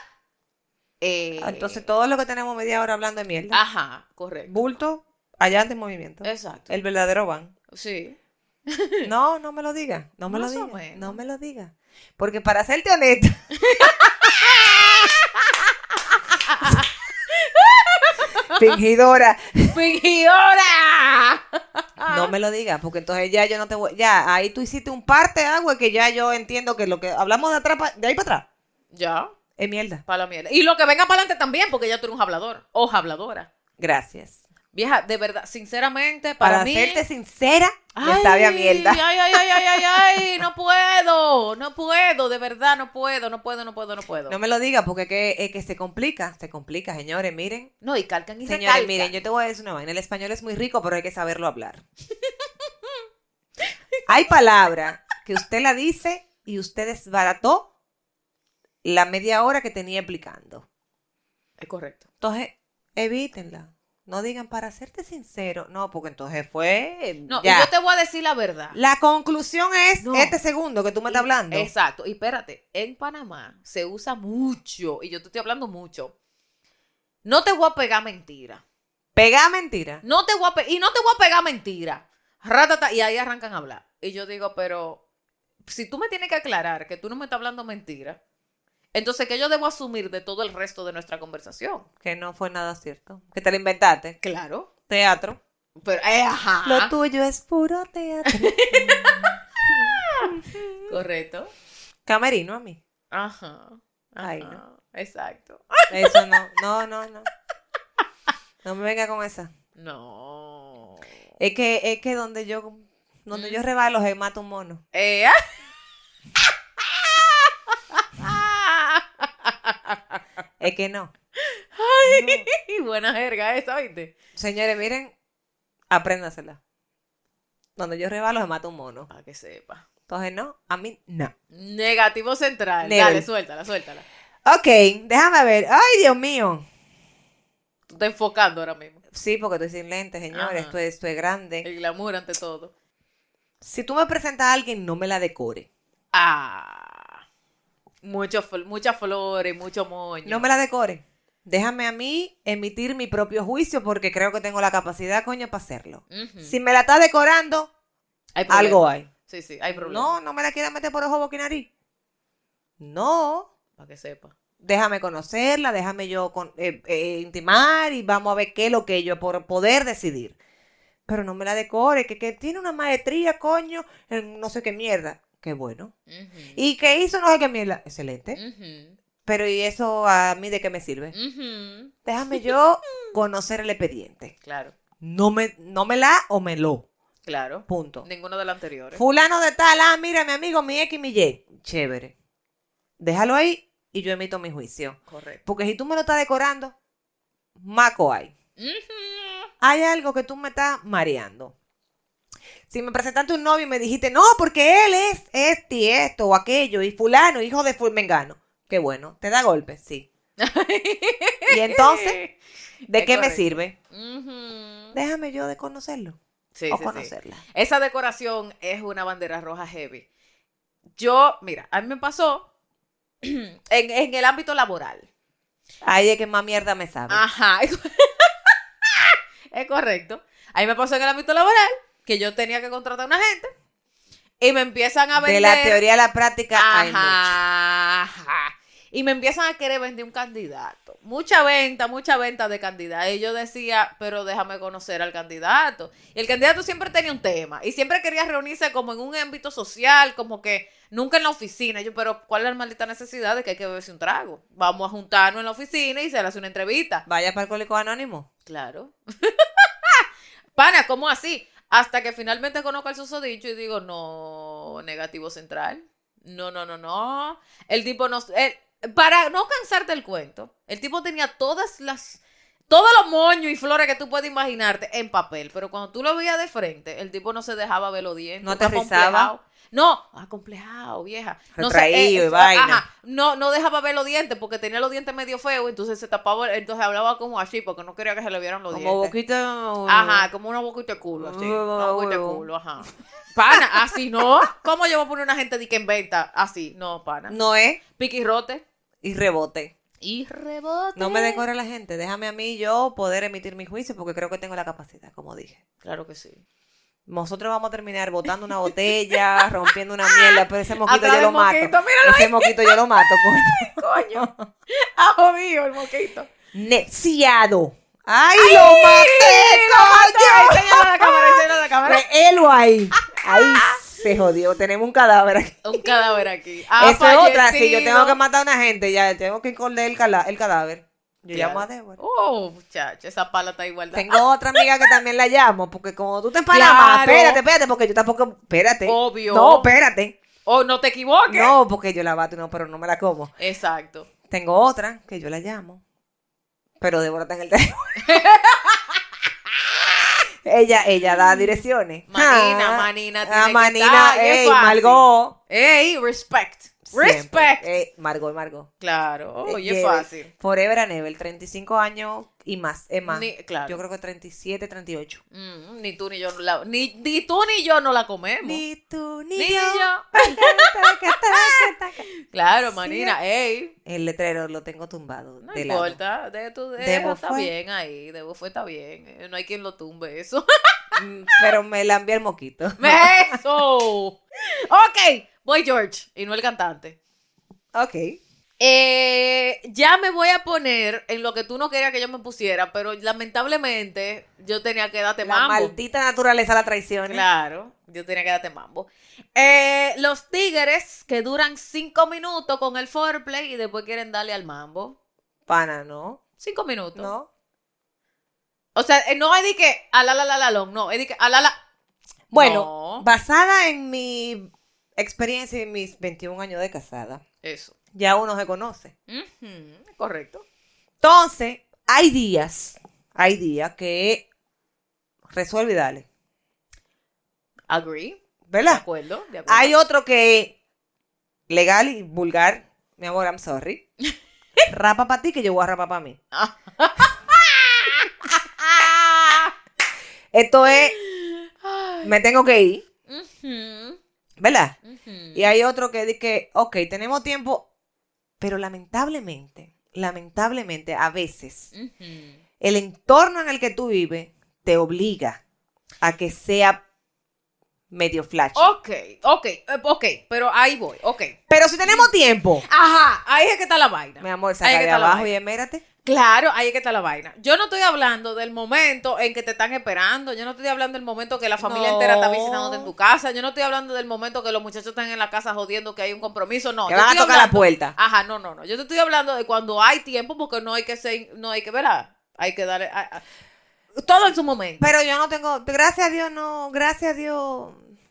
Eh,
Ah, Entonces todo lo que tenemos media hora hablando de mierda.
Ajá, correcto.
Bulto, allá de movimiento.
Ah. Exacto.
El verdadero van. *laughs*
Sí.
No, no me lo diga. No me lo
Más o
diga.
menos.
No me lo diga. Porque para serte honesta. Fingidora.
¡Fingidora! Ah.
No me lo digas, porque entonces ya yo no te voy. Ya, ahí tú hiciste un parte agua que ya yo entiendo que lo que hablamos de atrás, pa- de ahí para atrás,
*laughs* Ya,
es mierda.
para la mierda. Y lo que venga para adelante también, porque ya tú eres un hablador o habladora.
Gracias.
Vieja, de verdad, sinceramente, para,
Para,
mí.
serte sincera, me sabe a mierda.
Ay, ay, ay, ay, ay, ay,
*laughs*
no puedo, no puedo, de verdad, no puedo, no puedo, no puedo, no puedo.
No me lo diga porque es que, es que se complica, se complica, señores, miren.
No, y calcan y
Señores,
recalcan.
miren, yo te voy a decir una vaina. El español es muy rico, pero hay que saberlo
*laughs*
hablar. hay palabra que usted la dice y usted desbarató la media hora que tenía explicando.
Es correcto.
Entonces, evítenla. No digan, para serte sincero. No, porque entonces fue.
No, y
ya.
yo te voy a decir la verdad.
La conclusión es
No.
este segundo que tú me estás hablando.
Exacto. Y espérate, en Panamá se usa mucho, y yo te estoy hablando mucho. No te voy a pegar mentira.
Pegada mentira.
No te voy a pe- y no te voy a pegar mentira. Ratata, y ahí arrancan a hablar. Y yo digo, pero si tú me tienes que aclarar que tú no me estás hablando mentira, entonces que yo debo asumir de todo el resto de nuestra conversación.
Que no fue nada cierto. Que te la inventaste.
Claro.
Teatro.
Pero, eh, ajá.
Lo tuyo es puro
*laughs*
teatro.
Correcto.
Camerino a mí.
Ajá.
Ay,
Ajá.
no.
Exacto.
Eso no, no, no, no. No me venga con esa.
No.
Es que, es que donde yo, donde yo rebalo, se mata un mono.
*laughs* Eh,
Es que no. No.
*laughs* buena jerga esa, ¿viste?
Señores, miren, apréndasela. Donde yo rebalo, se mata un mono.
Para que sepa.
Entonces, no, a mí no.
Negativo central.
Never.
Dale, suéltala, suéltala.
Ok, déjame ver. Ay, Dios mío.
Tú estás enfocando ahora mismo.
Sí, porque estoy sin lentes, señores.
Ajá.
Esto es, esto es grande.
El glamour ante todo.
Si tú me presentas a alguien, no me la decore.
Ah. Mucho, fl- muchas flores, mucho moño.
No me la decore. Déjame a mí emitir mi propio juicio porque creo que tengo la capacidad, coño, para hacerlo.
Ujú.
Si me la está decorando,
Hay Mm. problema.
algo hay.
Sí, sí, hay problema.
No, no me la quiera meter por ojo, boca y nariz. No,
Para que sepa.
déjame conocerla, déjame yo con- eh, eh, intimar y vamos a ver qué es lo que yo por poder decidir. Pero no me la decore, que, que tiene una maestría, coño, en no sé qué mierda. Qué bueno.
Ujú.
Y ¿eh? que hizo no sé qué mierda. Excelente.
Ujú.
Pero ¿y eso a mí de qué me sirve?
Ujú. *laughs*
Déjame yo conocer el expediente.
Claro,
No me, no me la o me lo.
claro.
Punto.
Ninguno de los anteriores.
Fulano de tal, ah, mira, mi amigo, mi X, mi Y. Chévere. Déjalo ahí y yo emito mi juicio.
Correcto.
Porque si tú me lo estás decorando, maco hay.
Ujú.
Hay algo que tú me estás mareando. Si me presentaste un novio y me dijiste, no, porque él es este y esto o aquello, y fulano, hijo de fulmengano. Qué bueno, te da golpes,
*laughs*
sí. y entonces, ¿de
Es
qué me
correcto.
sirve?
Ujú.
Déjame yo de conocerlo
Sí,
o
sí, sí.
conocerla.
Esa decoración es una bandera roja heavy. Yo, mira, a mí me pasó *clears throat* en, en el ámbito laboral.
Ay, de qué más mierda me sabe.
Ajá. *laughs* Es correcto. A mí me pasó en el ámbito laboral que yo tenía que contratar a una gente y me empiezan a
de
vender.
la teoría a la práctica hay mucho.
Ajá, ajá. Y me empiezan a querer vender un candidato. Mucha venta, mucha venta de candidatos. Y yo decía, pero déjame conocer al candidato. Y el candidato siempre tenía un tema. Y siempre quería reunirse como en un ámbito social, como que nunca en la oficina. Yo, pero ¿cuál es la maldita necesidad de que hay que beberse un trago? Vamos a juntarnos en la oficina y se le hace una entrevista.
Vaya para Alcohólicos Anónimos.
Claro. *laughs* Pana, ¿cómo así? Hasta que finalmente conozco al susodicho y digo, no, negativo central. No, no, no, no. El tipo no. el- para no cansarte el cuento, el tipo tenía todas las. Todos los moños y flores que tú puedes imaginarte en papel, pero cuando tú lo veías de frente, el tipo no se dejaba ver los dientes.
No
estaba
aterrizaba.
complejado. No, acomplejado, vieja. No se-
Retraído y
eso,
vaina.
ajá, no, no dejaba ver los dientes porque tenía los dientes medio feos, entonces se tapaba, entonces hablaba como así porque no quería que se le vieran los
Como
dientes.
boquito.
Ajá, como una boquita de culo, así. Una boquita de
Huevo.
culo,
*laughs*
ajá. Pana, *laughs* así no. ¿Cómo yo voy a poner una gente de que inventa? Así, no, pana.
No es.
Piquirrote
Y rebote.
y rebote.
No me decore la gente. Déjame a mí yo poder emitir mi juicio porque creo que tengo la capacidad, como dije.
Claro que sí.
Nosotros vamos a terminar botando una botella, rompiendo una mierda, pero ese mosquito
Atrás
yo
del
lo mato.
mosquito, míralo
ese mosquito yo lo mato, coño.
*laughs* Coño. Ah, jodido el moquito.
Neciado. ¡Ay, *laughs* lo maté, coño!
Enséñalo a la cámara, enséñalo a la cámara.
*laughs* Reelo ahí. Ahí se jodió. Tenemos un cadáver aquí.
Un cadáver aquí.
Eso es otra. Si yo
fallecido.
tengo que matar a una gente, ya tengo que esconder el, cala- el cadáver. Yo
Claro.
llamo a Débora.
Oh, muchacho, esa pala está igual.
Tengo otra amiga que también la llamo, porque como tú te emparas
Claro.
más, espérate, espérate, porque yo tampoco, espérate.
Obvio.
No, espérate.
Oh, no te equivoques.
No, porque yo la bato, no, pero no me la como.
Exacto.
Tengo otra que yo la llamo, pero Débora está en el teléfono. *laughs* ella, ella da direcciones.
Manina,
Ah,
manina, tiene
ah,
que
manina,
estar, y es
ey,
fácil.
Margot.
Ey, respect.
Siempre. Eh,
Respect.
Ey, Margot, Margot.
Claro,
Eh,
oye,
lleve.
fácil.
Forever and ever, 35 años y más, es más.
Ni- claro.
Yo creo que 37, 38.
Mm, ni tú ni yo no la, ni, ni tú ni yo no la comemos.
Ni tú ni,
Ni
yo.
yo.
Taca, taca, taca.
Claro,
Sí.
manina, ey.
*laughs* El letrero lo tengo tumbado.
No
de lado.
importa, de tu de
Debo
está
fue.
bien ahí, Debo fue está bien, eh, no hay quien lo tumbe
*laughs*
eso. *laughs*
Mm, Pero me la envía el moquito.
eso. Ok, voy George y no el cantante.
*laughs* Ok.
Eh, ya me voy a poner en lo que tú no querías que yo me pusiera, pero lamentablemente yo tenía que darte
La
mambo.
maldita naturaleza la traiciona.
Claro, yo tenía que darte mambo. Eh, los tigres que duran cinco minutos con el foreplay y después quieren darle al mambo.
Pana, ¿no?
Cinco minutos.
¿No?
O sea, eh, no es de que a la la la la long, no, es de que a la la.
Bueno,
No,
basada en mi experiencia y mis 21 años de casada,
eso.
ya uno se conoce.
Ujú, correcto.
Entonces, hay días, hay días que resuelve y dale,
Agree. De
¿verdad?
acuerdo, de acuerdo.
Hay otro que legal y vulgar, mi amor,
*laughs*
I'm sorry. Rapa para ti que yo voy a rapar para mí. Esto es, me tengo que ir,
Ujú,
¿verdad?
ujú.
Y hay otro que dice que, ok, tenemos tiempo, pero lamentablemente, lamentablemente a veces
Ujú.
el entorno en el que tú vives te obliga a que sea medio flash.
Ok, ok, eh, ok, pero ahí voy, ok.
Pero si tenemos tiempo,
Ajá, ahí es que está la vaina.
mi amor,
Ahí
saca
es que
de
está la
abajo
vaina.
y emérate.
Claro, ahí es que está la vaina. Yo no estoy hablando del momento en que te están esperando. Yo no estoy hablando del momento que la familia
No.
entera está visitándote en tu casa. Yo no estoy hablando del momento que los muchachos están en la casa jodiendo que hay un compromiso. No,
Que
yo Ah.
van a
estoy
tocar la
hablando-
puerta.
Ajá, no, no, no. Yo te estoy hablando de cuando hay tiempo porque no hay que ser, no hay que verá. Hay que darle a- a- todo en su momento.
Pero yo no tengo, gracias a Dios, no, gracias a Dios,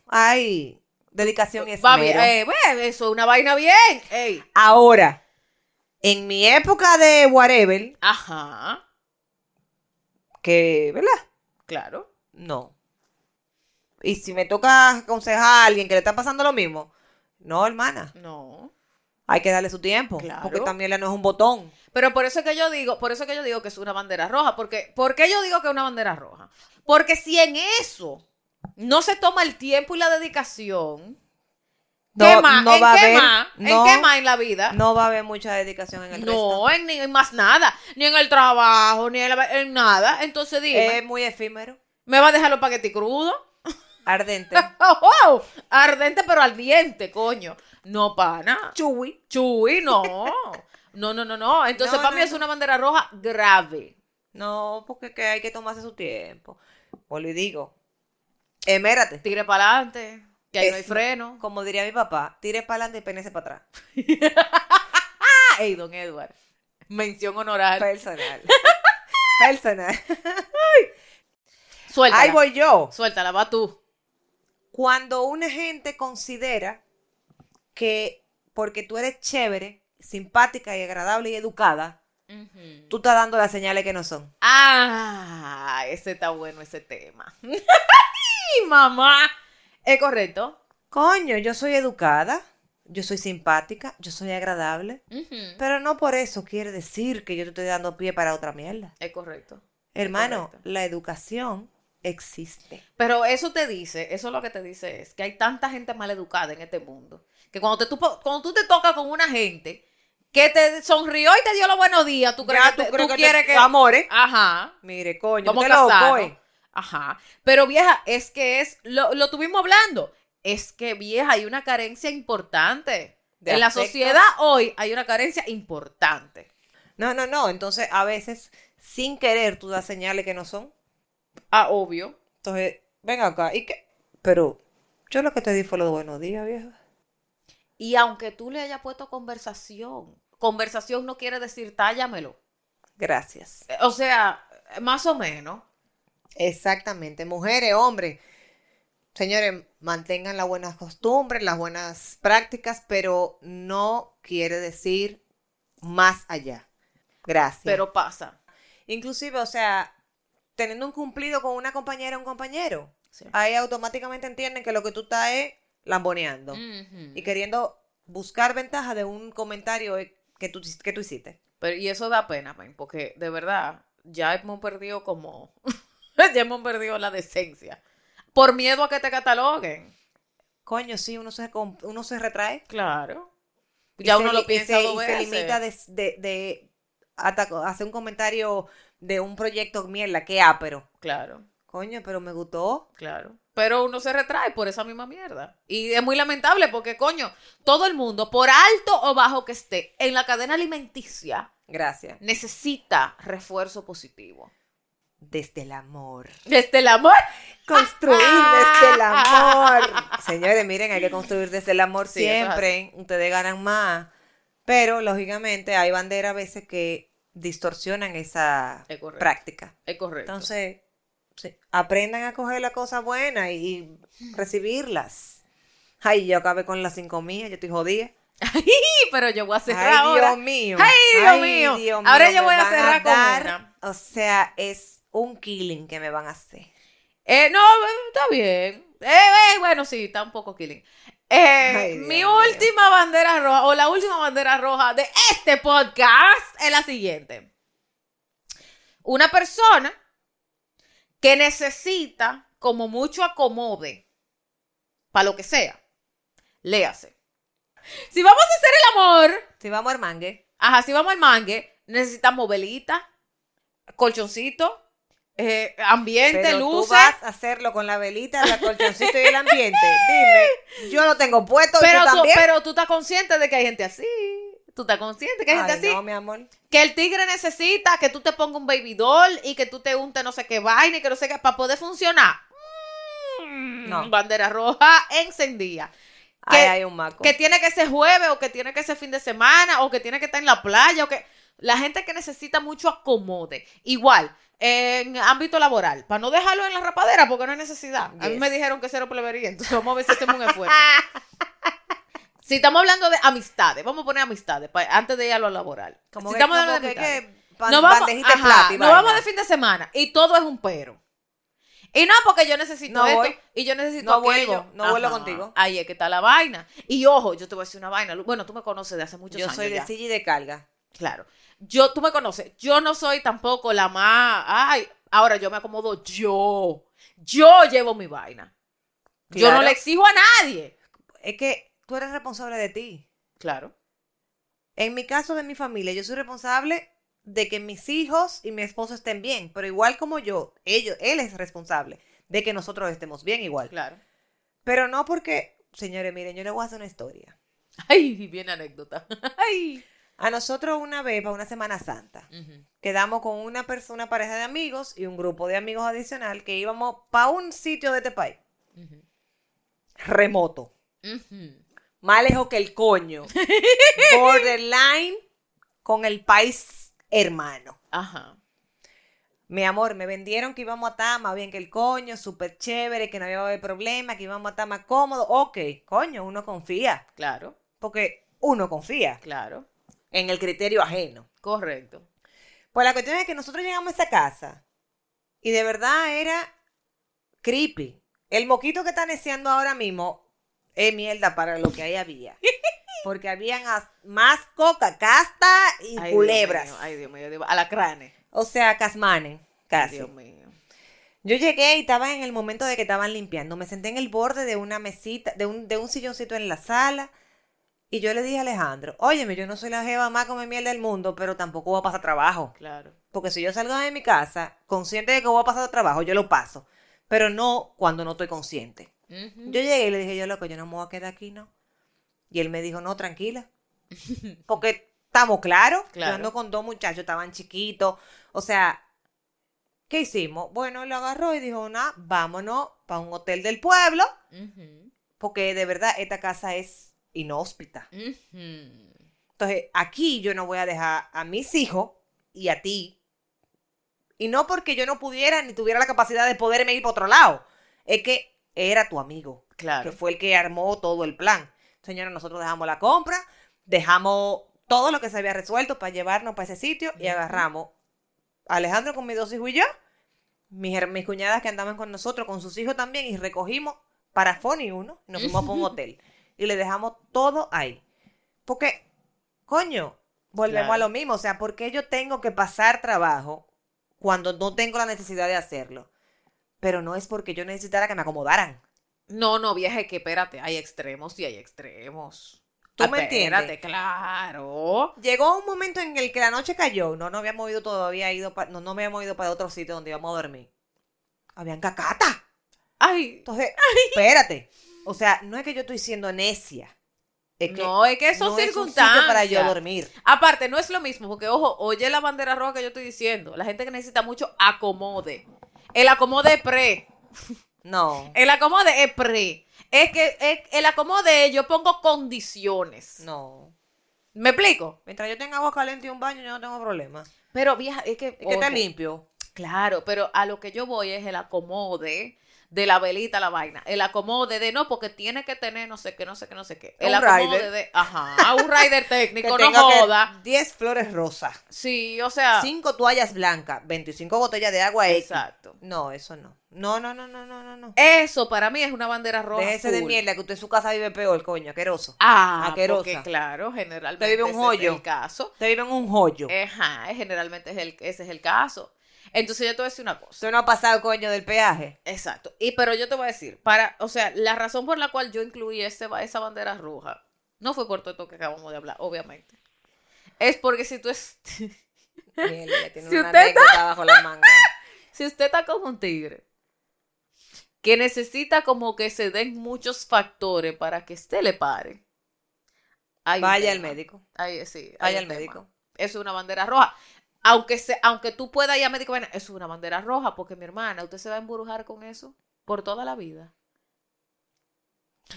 hay dedicación y
Va bien,
esmero.
eh, ve, eso es una vaina bien. Ey.
Ahora, en mi época de whatever,
Ajá,
que, ¿verdad?
claro.
No. Y si me toca aconsejar a alguien que le está pasando lo mismo, no, hermana,
No.
hay que darle su tiempo,
Claro.
porque también no es un botón.
Pero por eso es que yo digo, por eso es que yo digo que es una bandera roja, porque ¿por qué yo digo que es una bandera roja? Porque si en eso no se toma el tiempo y la dedicación, ¿qué
No-
más?
no
¿En
va a
qué
haber-
más?
no.
¿En qué más en la vida?
No va a haber mucha dedicación en el resto.
No, en, ni- en más nada, ni en el trabajo, ni en, la- en nada. Entonces dime,
Es muy efímero,
¿me va a dejar los paquetes crudos? *laughs*
ardente.
Oh, oh, Ardente pero al diente, coño. No, pana.
Chuy.
Chuy, no. No, no, no, no. Entonces
No,
para
no,
mí es
no.
una bandera roja grave.
No, porque es que hay que tomarse su tiempo. Vuelvo y digo, emérate.
Tigre para adelante, que ahí no hay
Es-
freno.
Como diría mi papá, tire para adelante y penese para atrás.
Ah, ey, don Edward. Mención honoraria.
Personal. *laughs* Personal.
Pues, Suéltala.
Ahí voy yo.
Suéltala, va tú.
Cuando una gente considera que porque tú eres chévere, simpática y agradable y educada, tú estás dando las señales que no son.
Ah, ese está bueno, ese tema. *laughs* ¡Ay, mamá! Es correcto.
Coño, yo soy educada, yo soy simpática, yo soy agradable, pero no por eso quiere decir que yo te estoy dando pie para otra mierda.
Es correcto.
Hermano,
Correcto.
la educación existe.
Pero eso te dice, eso lo que te dice es que hay tanta gente maleducada en este mundo. Que cuando, te, tú, po- cuando tú te tocas con una gente que te sonrió y te dio los buenos días, tú crees
Ya,
que, te-
crees
tú
que te-
quieres que...
Amores.
Ajá.
Mire, coño,
Vamos
usted loco,
casados.
¿eh?
Ajá. Pero vieja, es que es, lo, lo tuvimos hablando, es que vieja, hay una carencia importante.
De
en la
afectos.
sociedad hoy hay una carencia importante.
No, no, no. Entonces, a veces, sin querer, tú das señales que no son.
Ah, obvio.
Entonces, ven acá. ¿Y qué? Pero yo lo que te di fue lo de buenos días, vieja.
Y aunque tú le hayas puesto conversación, conversación no quiere decir tállamelo.
Gracias.
Eh, O sea, más o menos.
Exactamente. Mujeres, hombres. Señores, mantengan las buenas costumbres, las buenas prácticas, pero no quiere decir más allá. Gracias.
Pero pasa.
Inclusive, o sea, teniendo un cumplido con una compañera o un compañero,
Sí.
ahí automáticamente entienden que lo que tú estás es lamboneando
Mm. Ujú.
y queriendo buscar ventaja de un comentario eh, que tú, que tú hiciste.
Pero, y eso da pena, men, porque de verdad, ya hemos perdido como. *laughs* ya hemos perdido la decencia. Por miedo a que te cataloguen.
Coño, sí, uno se, com- uno se retrae.
Claro.
y
Ya
se
uno
li-
lo
y
piensa
se,
dos
y se
veces.
limita de, de- de ata- hacer un comentario de un proyecto, mierda, qué ápero.
Claro,
Coño, pero me gustó.
claro. Pero uno se retrae por esa misma mierda. Y es muy lamentable porque, coño, todo el mundo, por alto o bajo que esté, en la cadena alimenticia,
Gracias.
necesita refuerzo positivo.
Desde el amor.
Desde el amor.
Construir desde el amor. Señores, miren, hay que construir desde el amor
Ah. Sí, eso es
siempre. Ustedes ganan más. Pero, lógicamente, hay banderas a veces que distorsionan esa
Es correcto.
práctica.
Es correcto.
Entonces, sí, aprendan a coger las cosas buenas y, y recibirlas. Ay, yo acabé con las cinco mías, yo estoy jodida.
Sí, pero yo voy a cerrar
Ay,
ahora.
Dios mío.
Ay, Dios mío. Ahora yo
me
voy a
van
cerrar con
dar-
una.
O sea, es un killing que me van a hacer.
Eh, no, eh, está bien. Eh, eh, bueno, sí, está un poco killing. Eh,
Ay, Dios
mi
mío.
última bandera roja, o la última bandera roja de este podcast es la siguiente. Una persona que necesita como mucho acomode para lo que sea. Léase. Si vamos a hacer el amor,
Si vamos al mangue,
Ajá, si vamos al mangue, necesitamos velita, colchoncito, eh, ambiente,
pero tú
luces.
vas a hacerlo con la velita, la colchoncito y
*laughs*
el ambiente. Dime, *laughs* yo lo tengo puesto,
Pero
tú
tú,
también.
pero tú estás consciente de que hay gente así. Tú estás consciente que hay gente
Ay,
así.
no, mi amor.
Que el tigre necesita que tú te pongas un baby doll y que tú te untes no sé qué vaina y que no sé qué para poder funcionar. Mm,
No.
Bandera roja encendida. Que-
Ay, hay un maco.
Que tiene que ser jueves o que tiene que ser fin de semana o que tiene que estar en la playa o que la gente que necesita mucho acomode. Igual, en ámbito laboral, para no dejarlo en la rapadera porque no hay necesidad. A mí
Yes.
me dijeron que cero plebería, entonces vamos a ver si hacemos un
*laughs*
esfuerzo. Si estamos hablando de amistades, vamos a poner amistades pa- antes de ir a lo laboral.
como
si
que,
estamos
como
hablando de
que,
amistades.
que pan-
Nos vamos,
bandejita de
ajá,
plata y
nos
vaina.
vamos de fin de semana y todo es un pero. Y no, porque yo necesito
No
esto
voy.
y yo necesito
No
aquello.
vuelvo, no vuelvo contigo.
Ahí es que está la vaina. Y ojo, yo te voy a decir una vaina. Lu- Bueno, tú me conoces de hace muchos
Yo
años
soy de
ya.
silla y de carga.
Claro. Yo, tú me conoces. Yo no soy tampoco la más. Ay, ahora yo me acomodo yo. Yo llevo mi vaina. Yo no
Claro.
le exijo a nadie.
Es que tú eres responsable de ti.
Claro.
En mi caso de mi familia, yo soy responsable de que mis hijos y mi esposo estén bien, pero igual como yo, ellos, él es responsable de que nosotros estemos bien igual. *laughs*
Claro.
Pero no porque, señores, miren, yo les voy a hacer una historia.
Ay, bien
*laughs*
anécdota. Ay.
A nosotros una vez, para una Semana Santa,
Ujú.
quedamos con una persona, una pareja de amigos y un grupo de amigos adicional que íbamos para un sitio de este país,
Ujú.
remoto,
Ujú.
más lejos que el coño, borderline con el país hermano.
Ajá.
Mi amor, me vendieron que íbamos a estar más bien que el coño, súper chévere, que no iba a haber problema, que íbamos a estar más cómodos. Ok, coño, uno confía,
Claro.
porque uno confía
Claro.
en el criterio ajeno.
Correcto.
Pues la cuestión es que nosotros llegamos a esa casa y de verdad era creepy. El moquito que está neciando ahora mismo es mierda para lo que
*laughs*
ahí había. Porque habían as- más coca, casta y
Ay, Dios
culebras.
mío, ay, Dios mío, Dios mío. Alacranes.
O sea, casmanes,
Ay,
casi.
Dios mío.
Yo llegué y estaba en el momento de que estaban limpiando. Me senté en el borde de una mesita, de un, de un silloncito en la sala. Y yo le dije a Alejandro, óyeme, yo no soy la jeva más come miel del mundo, pero tampoco voy a pasar trabajo.
Claro.
Porque si yo salgo de mi casa, consciente de que voy a pasar trabajo, yo lo paso. Pero no cuando no estoy consciente.
Ujú.
Yo llegué y le dije, yo loco, yo no me voy a quedar aquí, ¿no? Y él me dijo,
*laughs*
no, tranquila. Porque estamos claros.
Claro.
Yo ando con dos muchachos, estaban chiquitos. O sea, ¿qué hicimos? Bueno, él lo agarró y dijo, nada, vámonos para un hotel del pueblo.
Ujú.
Porque de verdad esta casa es inhóspita.
Ujú.
Entonces, aquí yo no voy a dejar a mis hijos y a ti. Y no porque yo no pudiera ni tuviera la capacidad de poderme ir para otro lado. Es que era tu amigo,
Claro.
que fue el que armó todo el plan. Señora, nosotros dejamos la compra, dejamos todo lo que se había resuelto para llevarnos para ese sitio y
Ujú.
agarramos a Alejandro con mis dos hijos y yo, mis, her- mis cuñadas que andaban con nosotros, con sus hijos también, y recogimos para Fony uno, y nos fuimos
*laughs*
para un hotel. Y le dejamos todo ahí. Porque, coño, volvemos
Claro.
a lo mismo. O sea, ¿por qué yo tengo que pasar trabajo cuando no tengo la necesidad de hacerlo? Pero no es porque yo necesitara que me acomodaran.
No, no, vieja, que espérate, hay extremos y hay extremos.
¿Tú me
Espérate,
entiendes?
claro.
Llegó un momento en el que la noche cayó. No, no habíamos ido todavía, ido pa- no, no habíamos ido para otro sitio donde íbamos a dormir. Habían cacata.
Ay,
Entonces, espérate. O sea, no es que yo estoy siendo necia. Es que
no, es que son
no es un sitio
circunstancias.
para yo dormir.
Aparte, no es lo mismo, porque ojo, oye la bandera roja que yo estoy diciendo. La gente que necesita mucho acomode. El acomode es pre.
No,
El acomode es pre. Es que es- el acomode es yo pongo condiciones.
no.
¿Me explico?
Mientras yo tenga agua caliente y un baño, yo no tengo problema.
Pero vieja, es que,
Es que está
ojo,
limpio.
Claro, pero a lo que yo voy es el acomode de la velita a la vaina. El acomode de no, porque tiene que tener no sé qué, no sé qué, no sé qué. El
Un
acomode
rider.
de. Ajá, un
*laughs*
rider técnico, no
tenga que-
joda.
10 flores rosas,
Sí, o sea.
5 toallas blancas, 25 botellas de agua X.
Exacto.
No, eso no. No, no, no, no, no, no, no.
Eso para mí es una bandera roja.
Déjese de
full.
mierda que usted en su casa vive peor, coño, asqueroso.
Ah,
Asquerosa.
porque claro, generalmente
Te vive un
ese
hoyo.
es el caso.
Usted vive en un joyo.
Eh. Ajá, generalmente es el, ese es el caso. Entonces yo te voy a decir una cosa.
Usted no ha pasado, coño, del peaje.
Exacto. Y pero yo te voy a decir, para, o sea, la razón por la cual yo incluí ese, ba- esa bandera roja no fue por todo esto que acabamos de hablar, obviamente. Es porque si tú es, *laughs* si
Mierda,
*laughs*
tiene
Si
una
usted
anécdota bajo
*laughs*
la manga.
usted está con un tigre que necesita como que se den muchos factores para que usted le pare. hay un
Vaya al
tema.
médico.
Ahí sí, hay
Vaya
un
al
tema.
médico.
Es una bandera roja. Aunque, se, aunque tú puedas ir a médico, bueno, es una bandera roja, porque mi hermana, usted se va a embrujar con eso por toda la vida.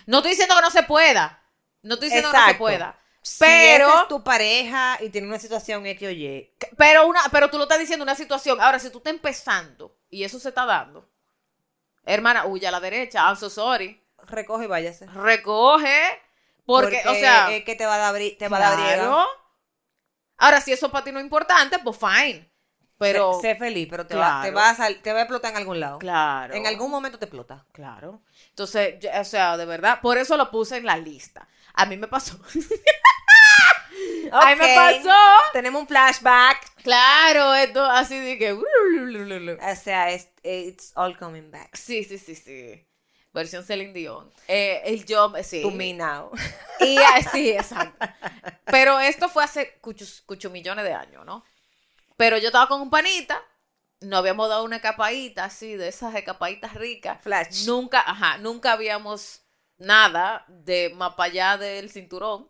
No estoy diciendo que no se pueda. No estoy diciendo que no se
Exacto.
pueda.
Pero.
Pero-
es tu pareja y tiene una situación X o Y.
Que- Pero, una, pero tú lo estás diciendo una situación. Ahora, si tú estás empezando y eso se está dando, hermana, huye a la derecha, I'm so sorry.
Recoge y váyase.
Recoge, porque, o sea.
Es que te va a dar, bri- eh, te va a dar
Claro.
briega.
Ahora, si eso para ti no es importante, pues fine. Pero.
Sé, sé feliz, pero te, va, te,
Claro.
va a sal- te va a explotar en algún lado.
Claro.
En algún momento te explota.
Claro. Entonces, yo- o sea, de verdad, por eso lo puse en la lista. A mí me pasó. *laughs* A mí me
Ok.
pasó.
Tenemos un flashback.
Claro, esto así de que.
O sea, es- it's all coming back.
Sí, sí, sí, sí. Versión Celine Dion. Eh, el yo, sí.
To
*laughs*
me now.
Y eh, sí, exacto. Pero esto fue hace cuchos- cucho millones de años, ¿no? Pero yo estaba con un panita, nos habíamos dado una escapadita así, de esas escapaditas ricas.
Flash.
Nunca, ajá, nunca habíamos nada de más para allá del cinturón.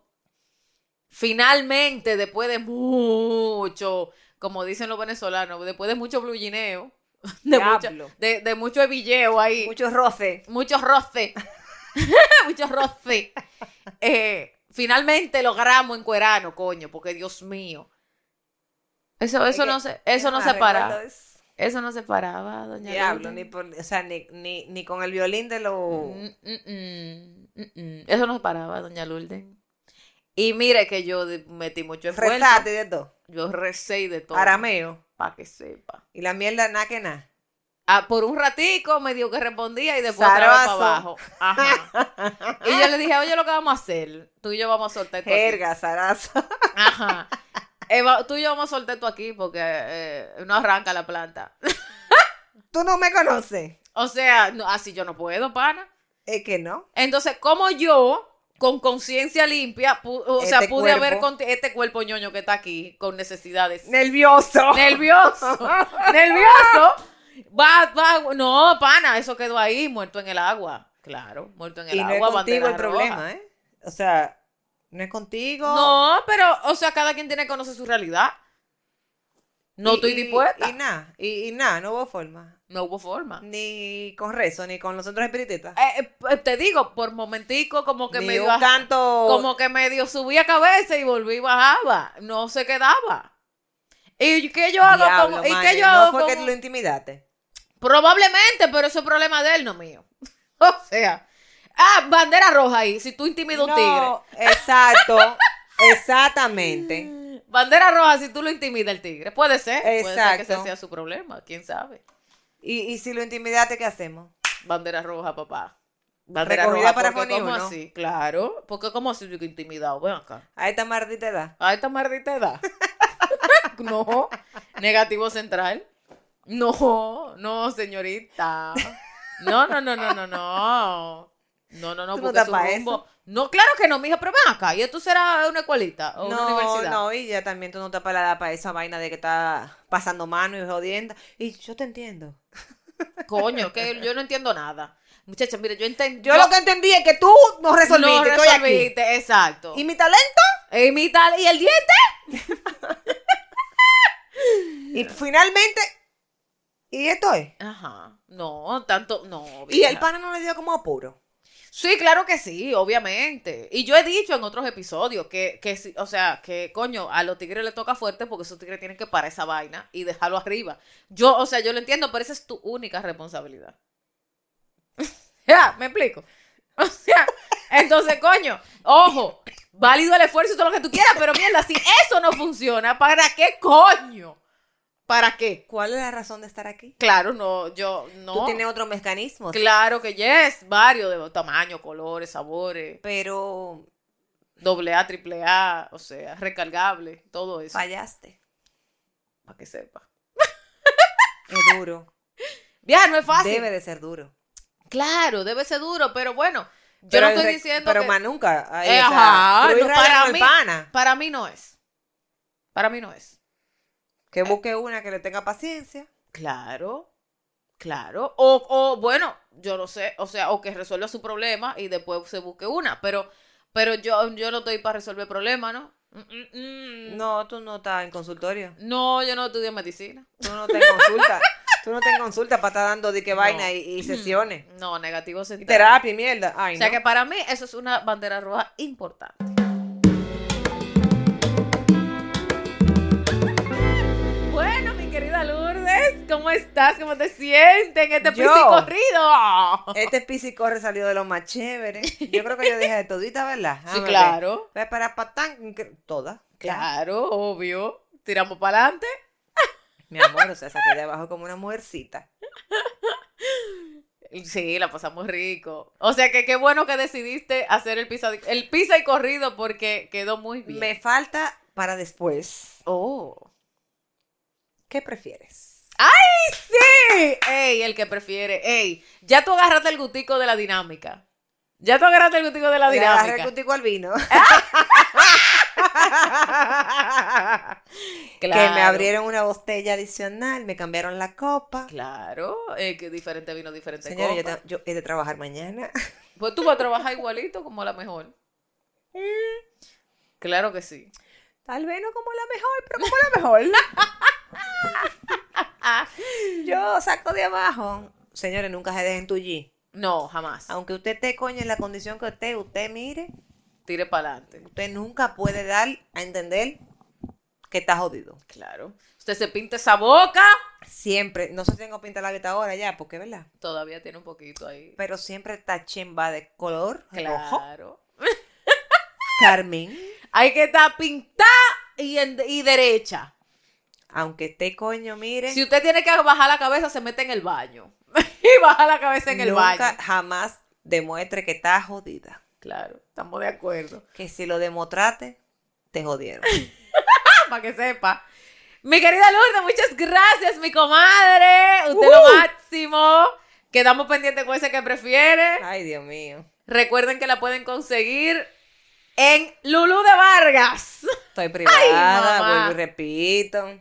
Finalmente, después de mucho, como dicen los venezolanos, después de mucho blullineo, *laughs* de, mucho,
Diablo.
de, de mucho hebilleo ahí
Muchos roces.
muchos roces. *laughs* muchos roces. Eh, finalmente logramos encuerarnos, coño, porque Dios mío. Eso, eso
que-
no se, eso no
Ah,
se paraba.
recuerdo eso.
Eso no se paraba, doña
Diablo,
Lourdes.
ni, por- o sea, ni, ni, ni con el violín de los...
Mm, mm, mm, mm, mm. Eso no se paraba, doña Lourdes. Y mire que yo de- metí mucho esfuerzo.
Rezate de todo.
Yo recé y de todo.
Arameo.
Para que sepa.
Y la mierda na que na.
Ah, por un ratico me dijo que respondía y después otra vez
Zarazo.
para abajo. Ajá.
*laughs*
Y yo le dije, oye, lo que vamos a hacer, tú y yo vamos a soltar esto aquí".
Jerga, zaraza.
Ajá. Eva, tú y yo vamos a soltar esto aquí porque eh, no arranca la planta.
*laughs* Tú no me conoces.
O sea, no, así yo no puedo, pana.
Es que no.
Entonces, como yo, con conciencia limpia, pu- o
Este
sea, pude
cuerpo.
haber con este cuerpo ñoño que está aquí con necesidades
Nervioso.
*laughs* nervioso, nervioso. Va, va, no, pana, eso quedó ahí, muerto en el agua. Claro, muerto en el
y no
agua.
es contigo
bandera
el
roja.
problema, ¿eh? O sea, no es contigo.
No, pero, o sea, cada quien tiene que conocer su realidad. No
Y-
estoy
y-
dispuesta.
Y nada, y, y nada, no hubo forma.
no hubo forma.
Ni con rezo, ni con los centros espiritistas.
Eh, eh, te digo, por momentico, como que
ni
medio,
un
aj-
canto.
como que medio subía cabeza y volví y bajaba. No se quedaba. ¿Y qué yo hago?
Diablo,
como- ¿Y
Maya,
qué yo
no
hago?
fue que
como-
lo intimidaste.
Probablemente, pero eso es problema de él, no mío. *laughs* O sea. Ah, bandera roja ahí, si tú intimidas a un tigre.
No,
*laughs*
exacto, exactamente.
Bandera roja si tú lo intimidas al tigre. Puede ser. Puede ser que ese
Exacto.
sea su problema, quién sabe.
Y, y si lo intimidaste, ¿qué hacemos?
Bandera roja, papá. Bandera
Recogida
roja,
para
porque
Foni
¿cómo
uno.
así? Claro, porque como así digo, intimidado, ven acá.
A esta maldita edad.
A esta maldita edad. *laughs* no, negativo central. No, no, señorita. No, no, no, no, no, no. No, no, no,
Tú no
porque
estás
su
pa'
rumbo... No, claro que no, mija, pero ven acá. ¿Y esto será una escuelita o una
No,
universidad?
no, y ya también tú no estás para, la- para esa vaina de que está pasando mano y jodiendo. Y yo te entiendo.
Coño, que yo no entiendo nada. Muchacha, mire, yo entiendo...
Yo lo que entendí es que tú no resolviste,
no
estoy aquí.
resolviste, exacto.
¿Y mi talento?
¿Y, mi tal- ¿Y el diente?
Y finalmente, y esto es.
Ajá. No, tanto, no.
Y
vieja.
el pana no le dio como apuro.
Sí, claro que sí, obviamente. Y yo he dicho en otros episodios que, que sí, o sea, que coño, a los tigres les toca fuerte porque esos tigres tienen que parar esa vaina y dejarlo arriba. Yo, o sea, yo lo entiendo, pero esa es tu única responsabilidad. *laughs* ya, me explico. *laughs* O sea, entonces, coño, ojo, válido el esfuerzo y todo lo que tú quieras, pero mierda, si eso no funciona, ¿para qué coño? ¿Para qué?
¿Cuál es la razón de estar aquí?
Claro, no, yo no.
Tú tienes otro mecanismo,
Claro que yes, varios de tamaño, colores, sabores,
pero
doble A, triple A, o sea, recargable, todo eso,
fallaste.
para que sepa.
Es duro.
Ya, no es fácil.
Debe de ser duro.
Claro, debe ser duro, pero bueno, yo
Pero
no estoy
el rec-
diciendo
Pero
que
más nunca. Ahí,
Eh,
o sea,
ajá,
Cruz
no,
Raya
para
no es
mí.
pana.
para mí no es. Para mí no es. eh,
Que busque una que le tenga paciencia.
Claro. Claro, o, o bueno, yo no sé, o sea, o que resuelva su problema y después se busque una, pero pero yo yo no estoy para resolver problemas, ¿no? Mm, mm, mm.
No, tú no estás en consultorio.
No, yo no estudié medicina.
Tú no estás
*laughs*
en consulta. Tú no estás en consulta para estar dando de qué
No.
vaina y, y sesiones.
No, negativo
Y
central.
terapia y mierda. Ay,
O sea
no.
que para mí eso es una bandera roja importante. Bueno, mi querida Lourdes, ¿cómo estás? ¿Cómo te sientes en este
Yo.
piso corrido?
Este pisi corre salió de lo más chévere. Yo creo que yo dije de todita, ¿verdad? Ah,
*laughs* Sí,
bebé.
claro,
Ve para patán. que- Toda.
claro, obvio. Tiramos para adelante.
Mi amor, o sea, saqué de abajo como una mujercita.
Sí, la pasamos rico. O sea que qué bueno que decidiste hacer el pisa, el pisa y corrido porque quedó muy bien.
Me falta para después.
Oh.
¿Qué prefieres?
¡Ey! ¡Ey! El que prefiere. ¡Ey! Ya tú agarraste el gutico de la dinámica. Ya tú agarraste el gutico de la
Le agarré
dinámica. *laughs*
contigo al vino. Que me
Claro,
abrieron una botella adicional, me cambiaron la copa.
Claro, eh, que diferente vino, diferente
Señora, yo,
copa.
te- yo he de trabajar mañana. *laughs*
Pues tú vas a trabajar igualito como la mejor.
Mm.
Claro que sí.
Tal vez no como la mejor, pero como la mejor. *laughs* yo saco de abajo. Señores, nunca se dejen tullir.
No, jamás.
Aunque usted esté coño en la condición que usted, usted mire,
Tire para adelante.
usted nunca puede dar a entender que está jodido.
Claro. Usted se pinta esa boca.
Siempre, no sé si tengo pinta la vista ahora ya, porque verdad.
Todavía tiene un poquito ahí.
Pero siempre está chimba de color rojo,
Claro.
carmín.
Hay que estar pintada y, en- y derecha.
Aunque esté coño, mire.
Si usted tiene que bajar la cabeza, se mete en el baño. *laughs* y baja la cabeza en el
nunca
baño.
jamás demuestre que está jodida.
Claro, estamos de acuerdo. *laughs*
Que si lo demostraste, te jodieron.
Para que sepa. Mi querida Lourdes, muchas gracias, mi comadre. Usted lo máximo. Quedamos pendientes con ese que prefiere.
Ay, Dios mío.
Recuerden que la pueden conseguir en Lulú de Vargas.
Estoy privada,
mamá.
vuelvo y
*laughs*
repito.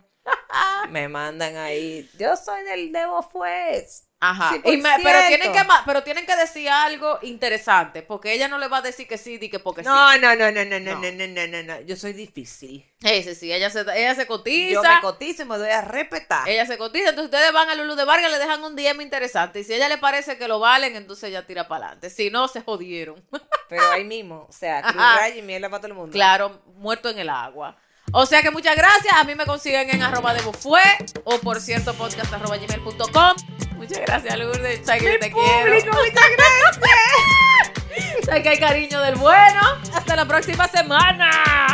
Me mandan ahí. Yo soy del Debo pues. Fuez.
Ajá.
Sí, por
Y me- pero,
cierto.
tienen que, ma- pero tienen que decir algo interesante, porque ella no le va a decir que sí, di que porque sí.
No, no, no, no,
No.
no, no, no, no, no, no, no. Yo soy difícil.
Sí, sí, sí, ella se, ella se cotiza.
Yo me cotizo y me doy a respetar.
Ella se cotiza, entonces ustedes van a Lulu de Vargas, le dejan un DM interesante. Y si a ella le parece que lo valen, entonces ella tira para adelante. Si no, se jodieron. *laughs*
Pero ahí mismo, o sea, Cruz
Ajá.
Raya y mierda para todo el mundo.
claro, muerto en el agua. O sea que muchas gracias. A mí me consiguen en arroba de Bufue o por cierto podcast arroba gmail.com. Muchas gracias, Lourdes. Sabes que yo te quiero.
muchas
*laughs*
gracias.
Sabes que hay cariño del bueno. Hasta la próxima semana.